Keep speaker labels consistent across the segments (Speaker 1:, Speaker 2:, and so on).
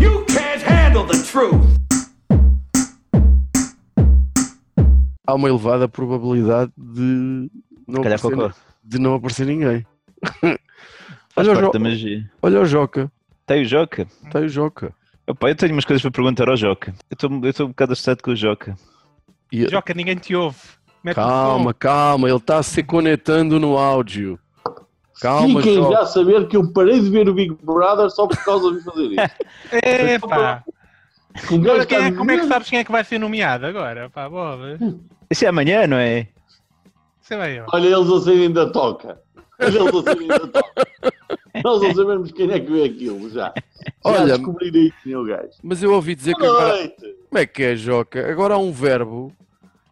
Speaker 1: You can't handle the truth.
Speaker 2: Há uma elevada probabilidade de não,
Speaker 3: Calhar
Speaker 2: aparecer,
Speaker 3: cocô.
Speaker 2: de não aparecer ninguém.
Speaker 3: Faz
Speaker 2: Olha o
Speaker 3: parte
Speaker 2: Jo-
Speaker 3: da magia.
Speaker 2: Olha o Joca,
Speaker 3: Tem o Joca?
Speaker 2: está aí o Joca.
Speaker 3: Opa, eu tenho umas coisas para perguntar ao Joca. Eu estou eu estou um bocado assustado com o Joca.
Speaker 2: E-
Speaker 4: Joca, ninguém te ouve. Mete o
Speaker 2: calma, calma, ele está se conectando no áudio. Calma,
Speaker 5: Fiquem
Speaker 2: Joca.
Speaker 5: já a saber que eu parei de ver o Big Brother só por causa de fazer isto.
Speaker 4: som.
Speaker 5: É,
Speaker 4: Epá.
Speaker 5: Que o gajo
Speaker 4: Agora,
Speaker 6: tá
Speaker 4: quem é-
Speaker 5: está
Speaker 4: como é que
Speaker 5: mesmo-
Speaker 4: sabes quem é que vai ser nomeado agora? Pá, bolas.
Speaker 3: Isso é amanhã, não é?
Speaker 4: Sei bem, ó.
Speaker 5: Olha eles a saírem da toca. Olha eles a saírem da toca. Nós não sabemos quem é que vê aquilo já.
Speaker 2: Olha-
Speaker 5: já descobrirei quem é o gajo.
Speaker 2: Mas eu ouvi dizer que
Speaker 5: Boa
Speaker 2: agora.
Speaker 5: noite.
Speaker 2: Como é que é, Joca? Agora há um verbo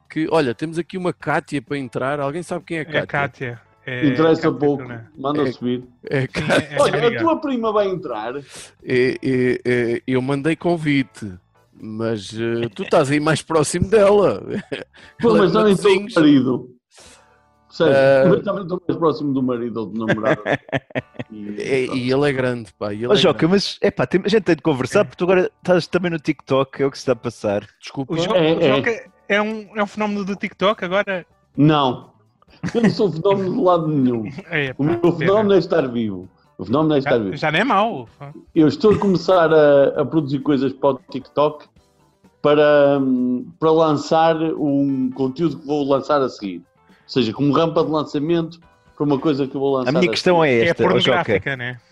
Speaker 2: que, olha, temos aqui uma Cátia para entrar. Alguém sabe quem é
Speaker 4: É a
Speaker 2: Cátia?
Speaker 4: Cátia. É,
Speaker 5: Interessa
Speaker 4: Cátia
Speaker 5: pouco.
Speaker 4: Tuna.
Speaker 5: Manda
Speaker 2: É.
Speaker 5: subir.
Speaker 2: É
Speaker 4: Sim,
Speaker 2: Cátia.
Speaker 4: é- é
Speaker 5: Olha, a
Speaker 4: amiga.
Speaker 5: tua prima vai entrar.
Speaker 2: É, é, é, eu mandei convite, mas eh, tu estás aí mais próximo dela.
Speaker 5: Pô,
Speaker 2: Ela é
Speaker 5: mas também estou
Speaker 2: vizinhos.
Speaker 5: do marido. Sei,
Speaker 2: Ah.
Speaker 5: mas também estou mais próximo do marido ou do namorado.
Speaker 2: É, e ele é grande, pá. e ele
Speaker 3: Ó
Speaker 2: é
Speaker 3: Joca,
Speaker 2: grande.
Speaker 3: mas é pá, a gente tem de conversar porque tu agora estás também no TikTok, é o que se está a passar.
Speaker 2: Desculpa.
Speaker 4: O Jo-
Speaker 5: É,
Speaker 4: o
Speaker 5: é.
Speaker 4: Joca é, um, é um fenómeno do TikTok agora.
Speaker 5: Não. Eu não sou fenómeno de lado nenhum.
Speaker 4: É,
Speaker 5: O meu fenómeno é estar vivo. O fenómeno é
Speaker 4: já,
Speaker 5: estar vivo.
Speaker 4: já nem é mau.
Speaker 5: Eu estou a começar a, a produzir coisas para o TikTok para, hum, para lançar um conteúdo que vou lançar a seguir. Ou seja, como rampa de lançamento para uma coisa que eu vou lançar
Speaker 3: A minha questão é
Speaker 4: É
Speaker 3: esta, ó Joca.
Speaker 4: pornográfica, né?
Speaker 5: seguir.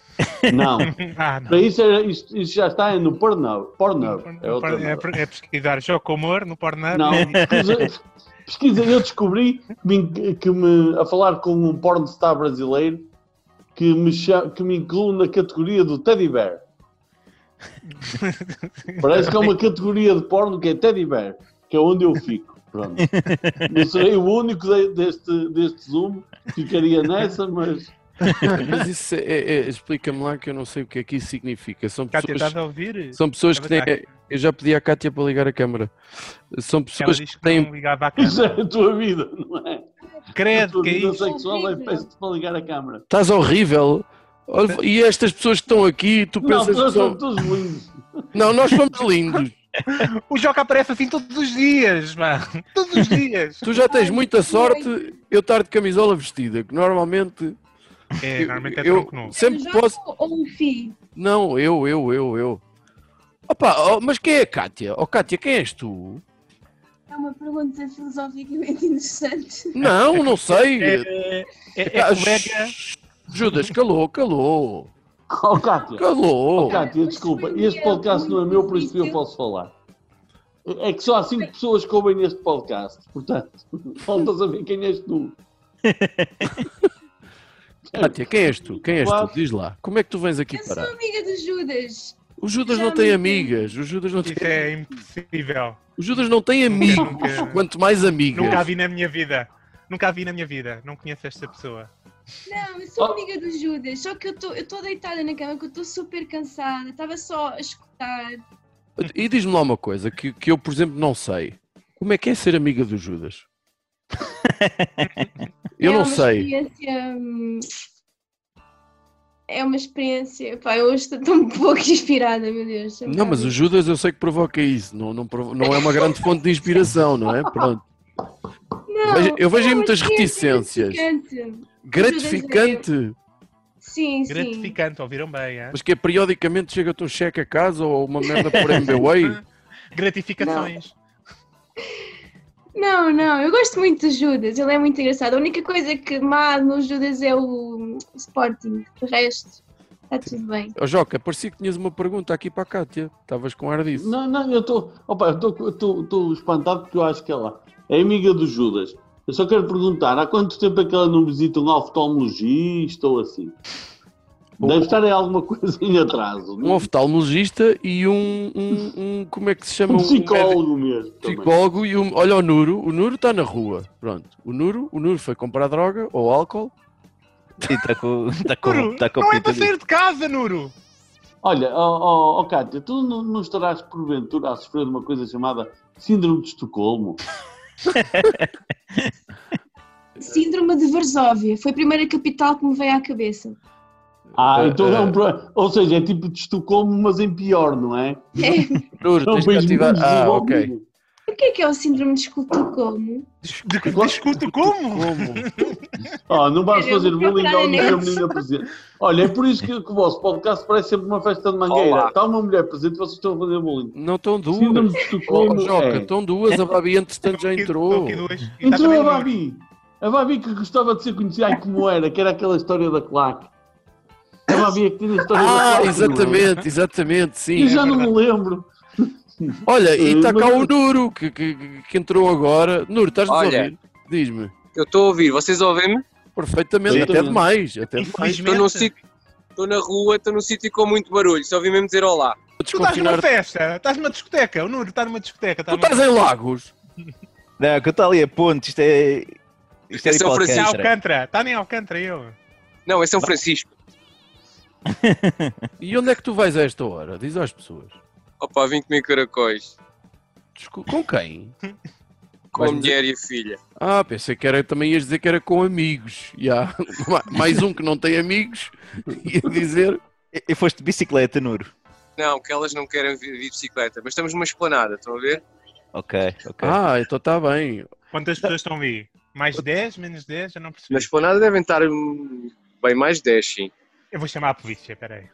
Speaker 5: Não.
Speaker 4: Ah, não.
Speaker 5: Para isso, era, isto, isto já está no Pornhub. Pornhub. É outra
Speaker 4: Porn-
Speaker 5: merda.
Speaker 4: é- é pesquisar Joca Humor no Pornhub.
Speaker 5: Não, é- pesquisa, pesquisa, eu descobri que me, que me- a falar com um pornstar brasileiro que me, cha- que me inclui na categoria do Teddy Bear. Parece que é uma categoria de porno que é Teddy Bear, que é onde eu fico. Pronto. Não serei o único de- deste, deste Zoom que ficaria nessa, mas
Speaker 2: Mas isso é- é- é- explica-me lá que eu não sei o que é que isso significa. São
Speaker 4: Cátia,
Speaker 2: pessoas,
Speaker 4: estás a ouvir?
Speaker 2: são pessoas que têm.
Speaker 4: Ela está-
Speaker 2: Eu já pedi à Cátia para ligar a câmara. São
Speaker 4: Ela
Speaker 2: pessoas
Speaker 4: diz
Speaker 2: que
Speaker 4: que
Speaker 2: têm.
Speaker 4: não ligava à
Speaker 5: isso
Speaker 4: câmera.
Speaker 5: é a tua vida, não é? a
Speaker 4: Credo
Speaker 5: tua
Speaker 4: que é
Speaker 5: vida
Speaker 4: isso.
Speaker 5: sexual é peço-te para ligar a câmara.
Speaker 2: Estás horrível. Olha, E estas pessoas que estão aqui, tu
Speaker 5: Não,
Speaker 2: pensas
Speaker 5: nós
Speaker 2: que são.
Speaker 5: somos todos um lindos.
Speaker 2: Não, nós somos lindos.
Speaker 4: O Joca aparece assim todos os dias, pá. Todos os dias.
Speaker 2: Tu já tens muita sorte eu estar de camisola vestida, que normalmente
Speaker 4: É, normalmente é
Speaker 2: eu
Speaker 4: tronco novo.
Speaker 2: sempre
Speaker 7: Joga
Speaker 2: posso.
Speaker 7: Ou um fi.
Speaker 2: Não, eu, eu, eu, eu. Opa, oh, mas quem é a Cátia? Oh, Cátia, quem és tu?
Speaker 7: É uma pergunta filosoficamente interessante.
Speaker 2: Não, não sei.
Speaker 4: É, é, é
Speaker 2: Ah,
Speaker 4: colega.
Speaker 2: shh, Judas, calou, calou.
Speaker 5: Oh, Cátia.
Speaker 2: Calou.
Speaker 5: Oh, Cátia, desculpa, este podcast não é meu, por isso eu posso falar. É que só há 5 pessoas que ouvem este podcast, portanto, falta saber quem és tu.
Speaker 2: Cátia, quem és tu? Quem és tu?
Speaker 5: Claro.
Speaker 2: Diz lá. Como é que tu vens aqui
Speaker 7: Eu sou
Speaker 2: parar?
Speaker 7: amiga do Judas.
Speaker 2: O Judas
Speaker 7: Já
Speaker 2: não tem
Speaker 7: me-
Speaker 2: amigas. O Judas não
Speaker 4: Isso
Speaker 2: tem,
Speaker 4: é impossível.
Speaker 2: o Judas não tem amigos.
Speaker 4: Nunca-
Speaker 2: Quanto mais amigas.
Speaker 4: Nunca a vi na minha vida. Nunca a vi na minha vida. Não conheço esta pessoa.
Speaker 7: Não, eu sou
Speaker 5: Oh.
Speaker 7: amiga do Judas. Só que eu tô- eu estou deitada na cama, que eu estou super cansada. Estava só a escutar.
Speaker 2: E diz-me lá uma coisa que, que eu, por exemplo, não sei. Como é que é ser amiga do Judas? Eu
Speaker 7: É
Speaker 2: não
Speaker 7: uma
Speaker 2: sei.
Speaker 7: experiência, hum, É uma experiência. Pá, eu hoje estou tão pouco inspirada, meu Deus.
Speaker 2: Não, mas o Judas eu sei que provoca isso. Não, não, provo- não é uma grande fonte de inspiração, não é? Pronto.
Speaker 7: Não,
Speaker 2: vejo- eu vejo aí
Speaker 7: é uma
Speaker 2: muitas
Speaker 7: experiência
Speaker 2: reticências.
Speaker 7: gratificante. é
Speaker 2: Gratificante.
Speaker 7: Sim, sim.
Speaker 4: Gratificante, ouviram bem, hein?
Speaker 2: Mas que é periodicamente chega-te um cheque a casa ou uma merda por MBWay.
Speaker 4: Gratificações.
Speaker 7: Não, não, eu gosto muito do Judas, ele é muito engraçado. A única coisa que má no Judas é o Sporting, o resto está tudo bem.
Speaker 2: Ó Joca, parecia que tinhas uma pergunta Tá aqui para a Cátia. Estavas com ar disso.
Speaker 5: Não, não, eu estou. Opa, eu estou espantado porque eu acho que ela é amiga do Judas. Eu só quero perguntar, há quanto tempo é que ela não visita um oftalmologista ou assim? Deve estar aí alguma coisa em atraso.
Speaker 2: Um
Speaker 5: não é?
Speaker 2: oftalmologista e um, um, um- Como é que se chama?
Speaker 5: Um
Speaker 2: médico-
Speaker 5: psicólogo mesmo. também.
Speaker 2: psicólogo e um, olha o Nuro, o Nuro está na rua, pronto. O Nuro, o Nuro foi comprar droga ou álcool.
Speaker 3: E está com, está com,
Speaker 4: Nuro,
Speaker 3: está com
Speaker 4: não é
Speaker 3: pinta
Speaker 4: para
Speaker 3: de-
Speaker 4: sair de casa, Nuro.
Speaker 5: Olha, ó oh, Cátia, tu não, não estarás porventura a sofrer de uma coisa chamada Síndrome de Estocolmo?
Speaker 7: Síndrome de Varsóvia. Foi a primeira capital que me veio à cabeça.
Speaker 5: Ah,
Speaker 2: Eh,
Speaker 5: então é um
Speaker 2: eh.
Speaker 5: pro- Ou seja, é tipo de Estocolmo, mas em pior, não é?
Speaker 7: É.
Speaker 2: Nuno,
Speaker 5: É
Speaker 2: tens
Speaker 5: um
Speaker 2: que
Speaker 5: país muito
Speaker 2: ativar. Ah, ok.
Speaker 5: desenvolvido.
Speaker 7: O que é que é o síndrome de Estocolmo?
Speaker 4: Discuto como?
Speaker 2: Como?
Speaker 5: Ah, não vais
Speaker 7: Queremos
Speaker 5: fazer bullying
Speaker 7: procurar
Speaker 5: ao
Speaker 7: anexo.
Speaker 5: minha menina presente. Olha, é por isso que, que o vosso podcast parece sempre uma festa de mangueira.
Speaker 4: Olá.
Speaker 5: Está uma mulher presente, vocês estão a fazer bullying.
Speaker 2: Não estão
Speaker 5: Síndrome
Speaker 2: duas.
Speaker 5: de
Speaker 2: Oh,
Speaker 5: Estocolmo.
Speaker 2: Joca,
Speaker 5: é.
Speaker 2: estão duas. A Babi, entretanto, já
Speaker 4: Aqui-
Speaker 2: entrou.
Speaker 4: aqui dois. E tá
Speaker 5: Entrou
Speaker 4: também
Speaker 5: a
Speaker 4: no-
Speaker 5: Babi. A Babi que gostava de ser conhecida, ai como era, que era aquela história da claque. A Babi é que tinha a história da
Speaker 2: Ah,
Speaker 5: claque. não é?
Speaker 2: exatamente, exatamente, sim. é
Speaker 5: Eu já não me lembro.
Speaker 2: Olha, e está cá o
Speaker 5: Mas-
Speaker 2: Nuro, que, que- que entrou agora. Nuro, estás-nos a
Speaker 8: Olha.
Speaker 2: ouvir? Diz-me.
Speaker 8: Eu estou a ouvir, vocês ouvem-me?
Speaker 2: Perfeitamente,
Speaker 5: Sim.
Speaker 2: até demais. Até demais.
Speaker 8: Estou num
Speaker 4: Infelizmente.
Speaker 8: sítio. Estou na rua, estou num sítio com muito barulho, só ouvi mesmo dizer olá.
Speaker 2: Vou
Speaker 4: Tu estás
Speaker 2: desconfinar.
Speaker 4: numa festa, estás numa discoteca, o Nuno está numa discoteca. Está
Speaker 2: Tu estás em Lagos?
Speaker 3: Não, que eu estou ali a ponte, isto é. Isto
Speaker 8: é
Speaker 3: é,
Speaker 8: São
Speaker 3: tipo
Speaker 4: em
Speaker 8: Francisco.
Speaker 3: Alcântara.
Speaker 4: Alcântara, está nem Alcântara eu.
Speaker 8: Não, é São Francisco.
Speaker 2: E onde é que tu vais a esta hora? Diz às pessoas.
Speaker 8: Opa, vim comer caracóis.
Speaker 2: Desco- Com quem?
Speaker 8: Com a
Speaker 2: Vais-me
Speaker 8: mulher e a filha.
Speaker 2: Ah, pensei que era, também ias dizer que era com amigos. Já. Ma- Mais um que não tem amigos, ia dizer.
Speaker 3: E- E foste de bicicleta, Nuro.
Speaker 8: Não, que elas não querem vir de bicicleta, mas estamos numa esplanada, estão a ver?
Speaker 3: Ok, ok.
Speaker 2: Ah, então está bem.
Speaker 4: Quantas pessoas estão ali? Mais 10, menos 10? Eu não percebi.
Speaker 8: Na esplanada devem estar hum, bem mais 10, sim.
Speaker 4: Eu vou chamar a polícia, peraí.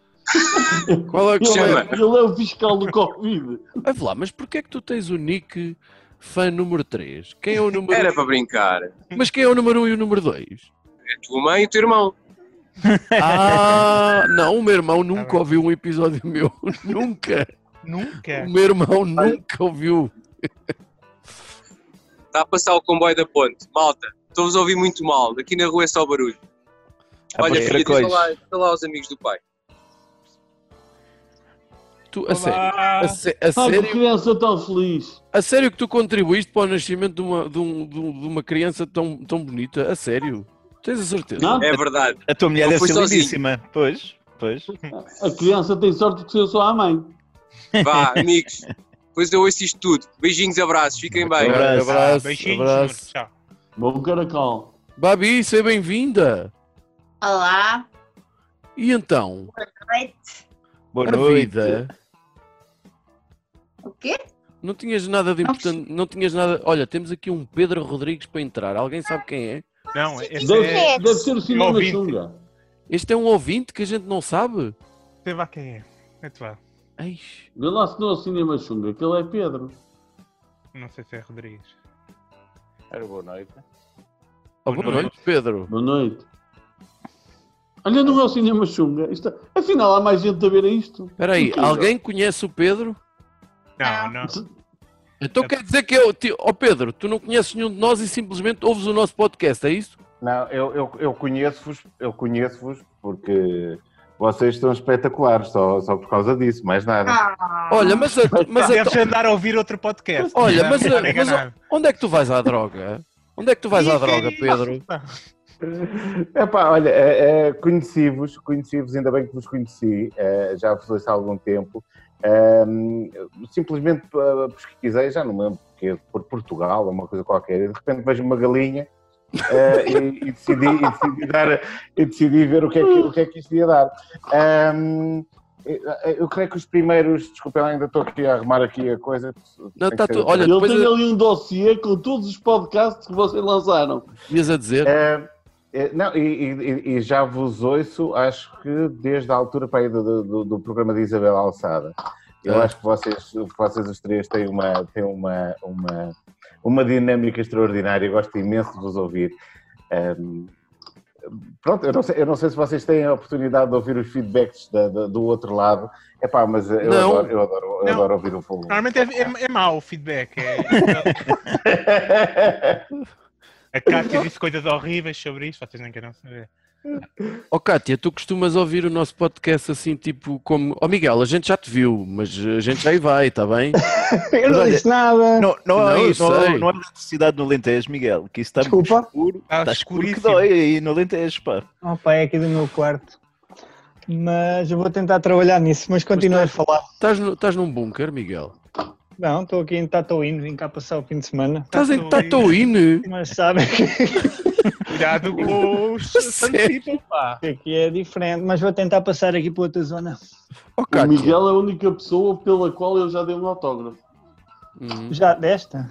Speaker 2: Qual é que
Speaker 5: Ele
Speaker 8: Chama.
Speaker 5: é, ele é o fiscal do Covid.
Speaker 2: Ah, vá lá, mas porquê é que tu tens o nick fã número 3? Quem é o número
Speaker 8: Era para brincar. É
Speaker 2: Mas quem é o número 1 e o número 2?
Speaker 8: a tua mãe e o teu irmão.
Speaker 2: Ah, não, o meu irmão
Speaker 4: Tá
Speaker 2: nunca
Speaker 4: bem.
Speaker 2: ouviu um episódio meu. Nunca.
Speaker 4: Nunca.
Speaker 2: O meu irmão nunca ouviu.
Speaker 8: Está a passar o comboio da ponte. Malta, estou-vos a ouvir muito mal. Aqui na rua é só barulho.
Speaker 3: Ah,
Speaker 2: É
Speaker 8: Olha,
Speaker 3: pois,
Speaker 8: filha,
Speaker 3: caracóis.
Speaker 8: deixa lá, deixa lá os amigos do pai.
Speaker 2: Tu, a
Speaker 4: Olá.
Speaker 2: sério. A, sé- a
Speaker 5: Ai, que
Speaker 2: sério,
Speaker 5: criança tão feliz.
Speaker 2: a sério que tu contribuíste para o nascimento de uma, de um- de um- de uma criança tão, tão bonita? A sério? Tens a certeza?
Speaker 5: Não?
Speaker 8: É verdade.
Speaker 3: A tua mulher
Speaker 8: Não
Speaker 3: deve
Speaker 8: fui
Speaker 3: ser
Speaker 8: sozinho.
Speaker 3: lindíssima. Pois, pois.
Speaker 5: A criança tem sorte de ser só a mãe.
Speaker 8: Vá, amigos. Depois eu ouço isto tudo. Beijinhos, abraços. Fiquem bem.
Speaker 3: Abraço.
Speaker 2: abraço,
Speaker 4: Beijinhos,
Speaker 2: abraço.
Speaker 4: Nuno, Tchau.
Speaker 5: Bom caracol.
Speaker 2: Babi, seja bem-vinda.
Speaker 9: Olá,
Speaker 2: E então,
Speaker 9: noite.
Speaker 3: Boa
Speaker 2: a
Speaker 3: noite.
Speaker 2: vida,
Speaker 9: O quê?
Speaker 2: não tinhas nada de importante, não tinhas nada... Olha, temos aqui um Pedro Rodrigues para entrar. Alguém sabe quem é?
Speaker 4: Não, este
Speaker 5: Deve,
Speaker 4: é...
Speaker 5: deve ser o
Speaker 4: Eu
Speaker 5: cinema
Speaker 4: ouvi.
Speaker 5: chunga.
Speaker 2: Este é um ouvinte que a gente não sabe?
Speaker 4: Sei lá quem é. É tu lá.
Speaker 2: Ai,
Speaker 5: Vê lá se não é o cinema chunga, que ele é Pedro.
Speaker 4: Não sei se é Rodrigues.
Speaker 10: Era boa noite.
Speaker 2: oh,
Speaker 4: Boa
Speaker 2: boa noite, Pedro.
Speaker 5: Boa noite. Olha, não é o cinema chunga. Isto- é- afinal, há mais gente a ver isto.
Speaker 2: Espera aí,
Speaker 5: Incrível.
Speaker 2: alguém conhece o Pedro?
Speaker 4: Não, não.
Speaker 2: Então quer dizer que eu... Ti... Oh Pedro, tu não conheces nenhum de nós e simplesmente ouves o nosso podcast, é isso?
Speaker 10: Não, eu, eu, eu conheço-vos, eu conheço-vos porque vocês estão espetaculares, só, só por causa disso, mais nada.
Speaker 9: Ah,
Speaker 2: Olha, mas... a- mas a-
Speaker 4: Deves andar a ouvir outro podcast.
Speaker 2: Olha,
Speaker 4: Não, é?
Speaker 2: mas,
Speaker 4: não
Speaker 2: mas-
Speaker 4: enganado.
Speaker 2: Onde é que tu vais à droga? Onde é que tu vais à droga, Pedro?
Speaker 10: Epá, olha, eh, eh, conheci-vos, conheci-vos, ainda bem que vos conheci, eh, já vos ouço há algum tempo. Ehm, simplesmente eh, pesquisei, já não me lembro porque, é por Portugal ou uma coisa qualquer, e de repente vejo uma galinha eh, e, e decidi, e decidi dar, e decidi ver o que é que, o que, é que isto ia dar. Ehm, eu- eu creio que os primeiros, desculpem, lá, ainda estou aqui a arrumar aqui a coisa.
Speaker 2: Não,
Speaker 10: tem
Speaker 2: tá
Speaker 10: que
Speaker 2: tu-
Speaker 10: ser-
Speaker 2: olha,
Speaker 5: Ele
Speaker 2: depois
Speaker 5: tem ali um dossiê com todos os podcasts que vocês lançaram.
Speaker 2: ias a dizer...
Speaker 10: Eh, eh, não, e, e- e já vos ouço, acho que desde a altura para aí do, do- do programa de Isabel Alçada. Eu
Speaker 2: Ah.
Speaker 10: acho que vocês, vocês os três têm uma, têm uma, uma, uma dinâmica extraordinária, eu gosto imenso de vos ouvir. Ahm, pronto, eu não, sei, eu não sei se vocês têm a oportunidade de ouvir os feedbacks da- da- do outro lado. Epá, mas eu,
Speaker 2: Não.
Speaker 10: adoro, eu, adoro, eu
Speaker 4: Não.
Speaker 10: adoro ouvir o povo.
Speaker 4: Normalmente é, é, é mau o feedback. é- a Cátia disse coisas horríveis sobre isto, vocês nem querem saber.
Speaker 2: Ó Cátia, tu costumas ouvir o nosso podcast assim, tipo, como. Ó Miguel, a gente já te viu, mas a gente já aí vai, está bem?
Speaker 11: Eu não
Speaker 3: Olha,
Speaker 11: disse nada.
Speaker 3: Não, não,
Speaker 2: Não,
Speaker 3: há
Speaker 2: eu
Speaker 3: isso, não, há-
Speaker 2: sei.
Speaker 3: não há eletricidade no Lentejo, Miguel. Que isso está
Speaker 11: Desculpa.
Speaker 3: escuro.
Speaker 4: Está
Speaker 3: Está escuro que
Speaker 4: escuríssimo.
Speaker 3: dói aí no Lentejo, pá.
Speaker 11: Opa, é aqui do meu quarto. mas eu vou tentar trabalhar nisso, mas continuo a
Speaker 2: Mas
Speaker 11: falar.
Speaker 2: Estás, no- estás num bunker, Miguel?
Speaker 11: Não, estou aqui em Tatooine, vim cá passar o fim de semana.
Speaker 2: Estás em
Speaker 4: Tatooine.
Speaker 2: Tatooine?
Speaker 11: Mas sabem que
Speaker 4: Cuidado com os
Speaker 2: Sério?
Speaker 4: Santitos, pá.
Speaker 11: aqui é diferente, mas vou tentar passar aqui para outra zona.
Speaker 2: Oh,
Speaker 5: O
Speaker 2: Cátia.
Speaker 5: Miguel é a única pessoa pela qual eu já dei um autógrafo.
Speaker 2: Uhum.
Speaker 11: Já desta?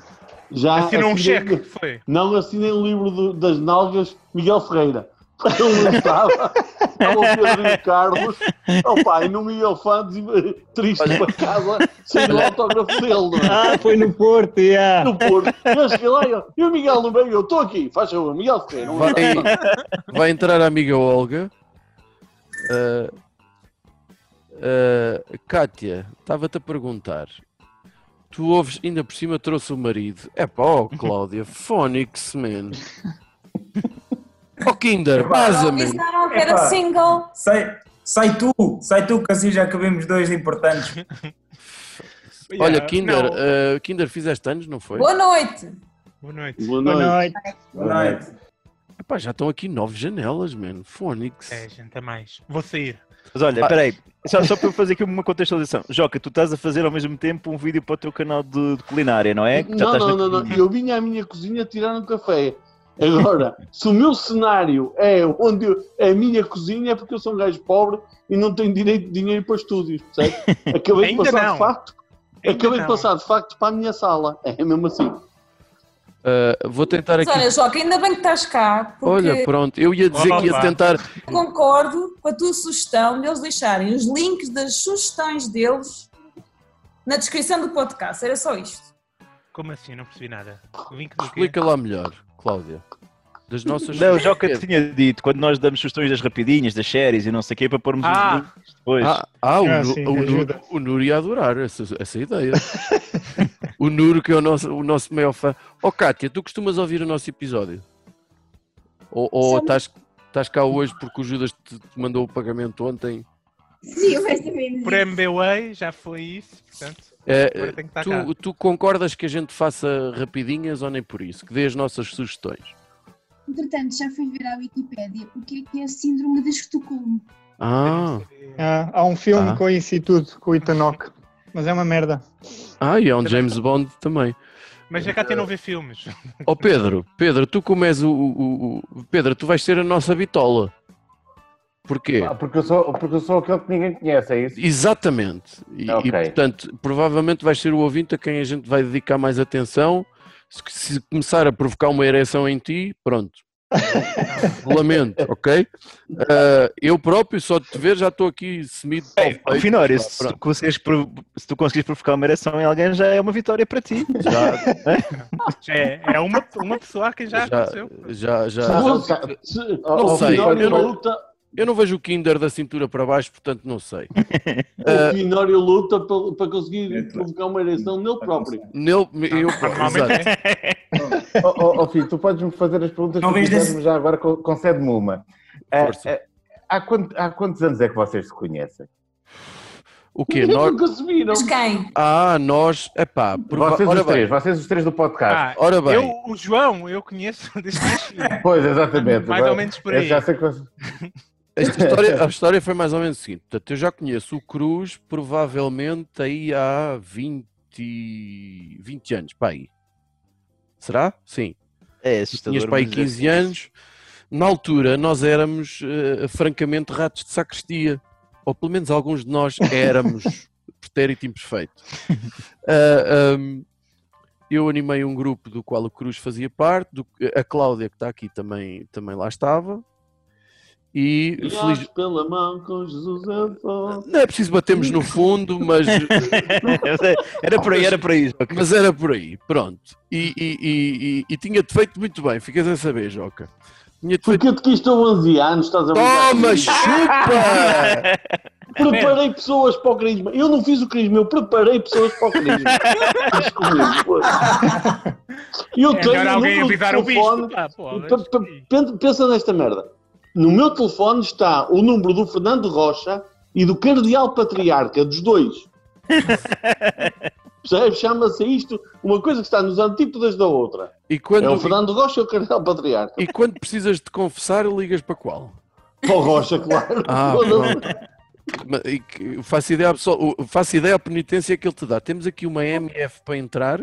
Speaker 5: Já
Speaker 4: Assinou um
Speaker 5: assinei-
Speaker 4: cheque, foi.
Speaker 5: Não assinei o livro do- das nalgas Miguel Ferreira. Eu lançava ao Pedro Carlos, ao pai, no Miguel Fades, e- triste para casa, sem o autógrafo dele, não é?
Speaker 11: Ah, foi no Porto, yeah.
Speaker 5: no Porto. Eu cheguei lá e eu- e o Miguel no meio, eu estou aqui, faz favor, Miguel Ferreira. um abraço."
Speaker 2: Vai, vai entrar a amiga Olga. Ah, ah, Kátia, estava-te a perguntar. Tu ouves, ainda por cima trouxe o marido. É pá, oh Cláudia, Phonics, man. Oh Kinder, baza, man.
Speaker 12: Disseram que era Epá.
Speaker 9: Single.
Speaker 12: Sai, sai tu, sai tu, que assim já acabemos dois importantes.
Speaker 2: Olha,
Speaker 4: Yeah,
Speaker 2: Kinder,
Speaker 4: não.
Speaker 2: ah, Kinder, fizeste anos, não foi?
Speaker 12: Boa noite.
Speaker 4: Boa noite.
Speaker 5: Boa
Speaker 11: Boa
Speaker 5: noite.
Speaker 11: noite.
Speaker 12: Boa noite.
Speaker 2: Epá, já estão aqui nove janelas, man. Phonics.
Speaker 4: É, gente, é mais. Vou sair.
Speaker 3: Mas olha,
Speaker 2: Pá.
Speaker 3: peraí, só, só para eu fazer aqui uma contextualização. Joca, tu estás a fazer ao mesmo tempo um vídeo para o teu canal de, de culinária, não é? Que já
Speaker 5: Não,
Speaker 3: estás
Speaker 5: não,
Speaker 3: na-
Speaker 5: não, não. Eu vim à minha cozinha tirar um café. Agora, se o meu cenário é onde eu- é a minha cozinha, é porque eu sou um gajo pobre e não tenho direito de dinheiro para estúdios, percebe? Acabei de
Speaker 4: Ainda
Speaker 5: passar
Speaker 4: não.
Speaker 5: de facto.
Speaker 4: Ainda
Speaker 5: acabei
Speaker 4: não.
Speaker 5: de passar de facto para a minha sala. É mesmo assim.
Speaker 2: Ah, vou tentar
Speaker 12: Mas
Speaker 2: aqui.
Speaker 12: olha, Joca, ainda bem que estás cá, porque
Speaker 2: Olha, pronto, eu ia dizer que ia
Speaker 4: Opa.
Speaker 2: tentar.
Speaker 12: eu concordo com a tua sugestão de eles deixarem os links das sugestões deles na descrição do podcast. Era só isto.
Speaker 4: Como assim? Não percebi nada. Link do quê?
Speaker 2: Explica lá melhor, Cláudia. Das nossas É.
Speaker 3: Não, o Joca
Speaker 2: sugestões.
Speaker 3: te tinha dito, quando nós damos sugestões das rapidinhas, das séries e não sei o quê, para pormos os
Speaker 4: Ah.
Speaker 3: links depois.
Speaker 2: Ah, ah, o,
Speaker 11: Ah,
Speaker 2: Nu-
Speaker 11: sim,
Speaker 2: o, Nu-
Speaker 11: ajuda.
Speaker 2: o Nuro ia adorar essa, essa ideia. o Nuro, que é o nosso, o nosso maior fã. Ó, Kátia, tu costumas ouvir o nosso episódio? Ou, ou
Speaker 7: Sim.
Speaker 2: estás, estás cá hoje porque o Judas te, te mandou o pagamento ontem?
Speaker 7: Sim, mais ou menos.
Speaker 4: Por MBWay já foi isso, portanto,
Speaker 2: É,
Speaker 4: agora tenho que estar cá.
Speaker 2: tu, tu concordas que a gente faça rapidinhas ou nem por isso? Que dê as nossas sugestões?
Speaker 7: Entretanto, já fui ver à Wikipédia o que é que é a síndrome de Estocolmo.
Speaker 2: Ah,
Speaker 11: Ah, há um filme
Speaker 2: Ah.
Speaker 11: com isso e tudo, com o Ethan Hawke, mas é uma merda.
Speaker 2: ah, e é um James Bond também.
Speaker 4: Mas já cá tem não ver filmes.
Speaker 2: Ó Pedro, Pedro, tu como és o, o- o- Pedro, tu vais ser a nossa bitola. Porquê?
Speaker 10: Ah, Porque eu, sou, porque eu sou aquele que ninguém conhece, é isso?
Speaker 2: Exatamente. E,
Speaker 10: Ok.
Speaker 2: e, portanto, provavelmente vais ser o ouvinte a quem a gente vai dedicar mais atenção. Se, se começar a provocar uma ereção em ti, pronto. Lamento, ok? Ah, eu próprio, só de te ver, já estou aqui semido.
Speaker 3: Bem,
Speaker 2: ao
Speaker 3: ao
Speaker 2: peito.
Speaker 3: Finório, se
Speaker 2: Pronto.
Speaker 3: tu, conseguires, prov- se tu conseguires provocar uma ereção em alguém, já é uma vitória para ti.
Speaker 2: Já,
Speaker 4: Já é, é uma, uma pessoa a quem já,
Speaker 2: Já-
Speaker 4: aconteceu.
Speaker 2: já, já.
Speaker 5: Ouça, se-
Speaker 2: Não
Speaker 5: o
Speaker 2: sei,
Speaker 5: Finório
Speaker 2: eu não-
Speaker 5: luta,
Speaker 2: Eu não vejo o Kinder da cintura para baixo, portanto não sei. Eh,
Speaker 5: o Finório luta para, para
Speaker 12: É,
Speaker 5: conseguir
Speaker 12: claro.
Speaker 5: provocar uma ereção nele próprio.
Speaker 2: Nele, eu, exato.
Speaker 4: Normalmente é.
Speaker 10: Ó oh, filho, tu podes-me fazer as perguntas
Speaker 12: Não
Speaker 10: que
Speaker 12: vês
Speaker 10: quiseres,
Speaker 12: desse-
Speaker 10: mas já agora con- concede-me uma. Ah,
Speaker 2: Força.
Speaker 10: ah, há, quant- há quantos anos é que vocês se conhecem?
Speaker 2: O quê?
Speaker 5: Porque
Speaker 2: Nós,
Speaker 5: nunca se viram.
Speaker 12: Mas quem?
Speaker 2: Ah, nós. Epá, prova...
Speaker 10: Vocês
Speaker 2: ora
Speaker 10: os três,
Speaker 2: bem,
Speaker 10: vocês os três do podcast.
Speaker 4: Ah,
Speaker 2: ora bem.
Speaker 4: eu, o João, eu conheço desde que
Speaker 10: pois, exatamente.
Speaker 4: Mais ou menos por
Speaker 10: Eu
Speaker 4: aí.
Speaker 10: Já sei que vocês...
Speaker 2: esta história, a história foi mais ou menos o seguinte. Portanto, eu já conheço o Cruz provavelmente aí há 20, e- 20 anos, pá aí. Será? Sim.
Speaker 3: É
Speaker 2: Tu
Speaker 3: assustador.
Speaker 2: tinhas para aí
Speaker 3: mas é-
Speaker 2: 15 anos. Na altura, nós éramos, eh, francamente, ratos de sacristia. Ou pelo menos alguns de nós éramos. pretérito imperfeito. Ah, ahm, eu animei um grupo do qual o Cruz fazia parte, do- a Cláudia, que está aqui, também, também lá estava. E,
Speaker 5: Guiados
Speaker 2: feliz...
Speaker 5: pela mão com Jesus avó.
Speaker 2: não é preciso batermos no fundo, mas
Speaker 3: era por aí, era por aí. Joca.
Speaker 2: Mas era por aí, pronto. E, e, e, e- e tinha-te feito muito bem, ficas a saber, Joca. Tinha-te feito.
Speaker 5: Porque eu te quis um há 11 anos, ah, estás a brincar
Speaker 2: Toma,
Speaker 5: comigo?
Speaker 2: chupa!
Speaker 5: Preparei pessoas para o crisma. Eu não fiz o crisma, eu preparei pessoas para o crisma. Fiz comigo, pô. eu
Speaker 4: é melhor alguém
Speaker 5: número de
Speaker 4: avisar o
Speaker 5: telefone.
Speaker 4: bicho. Pá, pô,
Speaker 5: Pe- pe- pen- Pensa nesta merda. No meu telefone está o número do Fernando Rocha e do Cardeal Patriarca, dos dois. Percebes? Chama-se isto uma coisa que está nos antípodas da outra.
Speaker 2: E
Speaker 5: É o
Speaker 2: quando,
Speaker 5: Fernando Rocha e o Cardeal Patriarca.
Speaker 2: e quando precisas de confessar, ligas para qual?
Speaker 5: Paulo Rocha, claro.
Speaker 2: Ah,
Speaker 5: Foda-se.
Speaker 2: pronto. Mas, e que- faço ideia, à pessoa- faço ideia à penitência que ele te dá. Temos aqui uma MF para entrar.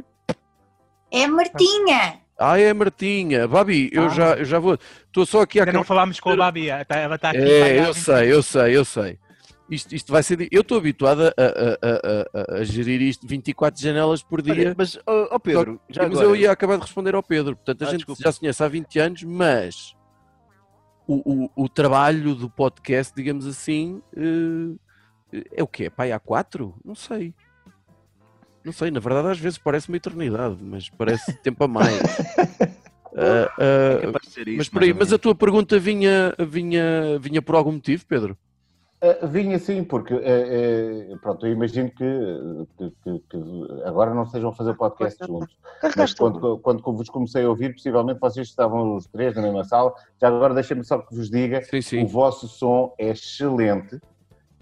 Speaker 9: É Martinha.
Speaker 2: Ah, é a Martinha. Babi, eu,
Speaker 4: Ah.
Speaker 2: já, eu já vou. Estou só aqui a
Speaker 4: Ainda não falámos com a Babi, ela está- ela está aqui.
Speaker 2: É,
Speaker 4: parada.
Speaker 2: eu sei, eu sei, eu sei. Isto, isto vai ser. di- Eu estou habituado a, a- a- a- a- a gerir isto 24 janelas por dia.
Speaker 3: Olha, mas, ó- ó, Pedro,
Speaker 2: Só-
Speaker 3: já
Speaker 2: mas
Speaker 3: agora-
Speaker 2: eu ia acabar de responder ao Pedro. Portanto, a
Speaker 3: Ah,
Speaker 2: gente
Speaker 3: desculpa.
Speaker 2: já se conhece há 20 anos, mas o, o- o trabalho do podcast, digamos assim, eh, é o quê? Pai, há quatro? Não sei. Não sei, na verdade às vezes parece uma eternidade, mas parece tempo a mais. Ah, ah,
Speaker 3: É capaz de ser isso,
Speaker 2: mas, por
Speaker 3: mais
Speaker 2: aí,
Speaker 3: ou
Speaker 2: mas a tua pergunta vinha, vinha, vinha por algum motivo, Pedro?
Speaker 10: Uh, vinha sim, porque uh, uh, pronto, eu imagino que, uh, que- que- que agora não estejam a fazer podcast juntos. Mas quando, quando vos comecei a ouvir, possivelmente vocês estavam os três na mesma sala. Já agora deixem-me só que vos diga: o vosso som é excelente.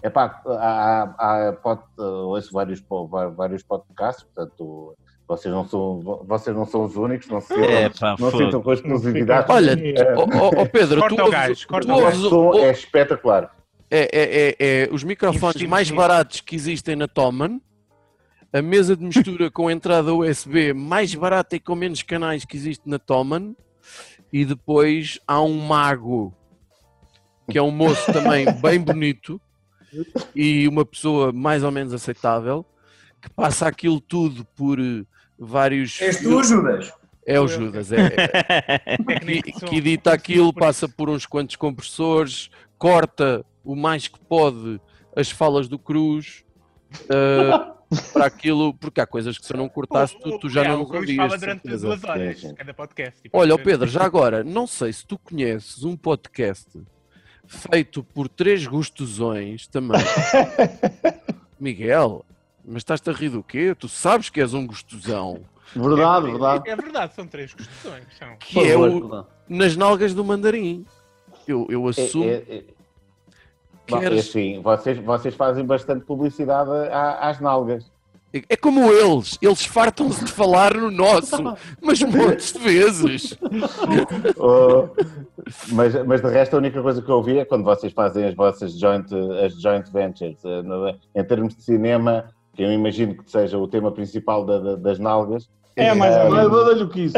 Speaker 10: Epá, há, há, há pod, uh, ouço vários, po- va- vários podcasts, portanto. Vocês não, são, vo- vocês não são os únicos, não se sintam,
Speaker 3: É, pá,
Speaker 10: não se sintam
Speaker 3: fogo.
Speaker 10: com exclusividade.
Speaker 2: Olha,
Speaker 10: Eh,
Speaker 2: ó- ó- ó, Pedro, tu ouves- tu
Speaker 10: o
Speaker 2: ouves
Speaker 10: vosso som é espetacular.
Speaker 2: É, é- é- é os microfones
Speaker 10: Investimos
Speaker 2: mais
Speaker 10: nisso.
Speaker 2: baratos que existem na Toman, a mesa de mistura com entrada USB mais barata e com menos canais que existe na Toman, e depois há um mago, que é um moço também bem bonito e uma pessoa mais ou menos aceitável, que passa aquilo tudo por eh, vários.
Speaker 13: És tu, Judas?
Speaker 2: É o Judas, é. é. que, que edita aquilo, passa por uns quantos compressores, corta o mais que pode as falas do Cruz. ah, para aquilo, porque há coisas que se eu não cortasse, tu, tu já
Speaker 4: É,
Speaker 2: não
Speaker 4: o Cruz
Speaker 2: ouvias,
Speaker 4: fala
Speaker 2: de
Speaker 4: durante
Speaker 2: certeza.
Speaker 4: duas horas, cada podcast. tipo,
Speaker 2: Olha, ó
Speaker 4: é-
Speaker 2: Pedro, já agora, não sei se tu conheces um podcast feito por três gostosões também. Miguel, mas estás-te a rir do quê? Tu sabes que és um gostosão.
Speaker 5: Verdade,
Speaker 4: É verdade, são três questões. São.
Speaker 2: Que é o, nas nalgas do mandarim. Eu, eu assumo.
Speaker 10: é- Bom,
Speaker 2: Queres-
Speaker 10: Enfim, vocês, vocês fazem bastante publicidade à- às nalgas.
Speaker 2: É como eles, eles fartam-se de falar no nosso, mas montes de vezes.
Speaker 10: Oh, mas, mas de resto, a única coisa que eu ouvi é quando vocês fazem as vossas joint, as joint ventures. eh, no- Em termos de cinema, que eu imagino que seja o tema principal da- da- das nalgas.
Speaker 5: É, mais ou
Speaker 10: eh,
Speaker 5: menos. Badalho que isso.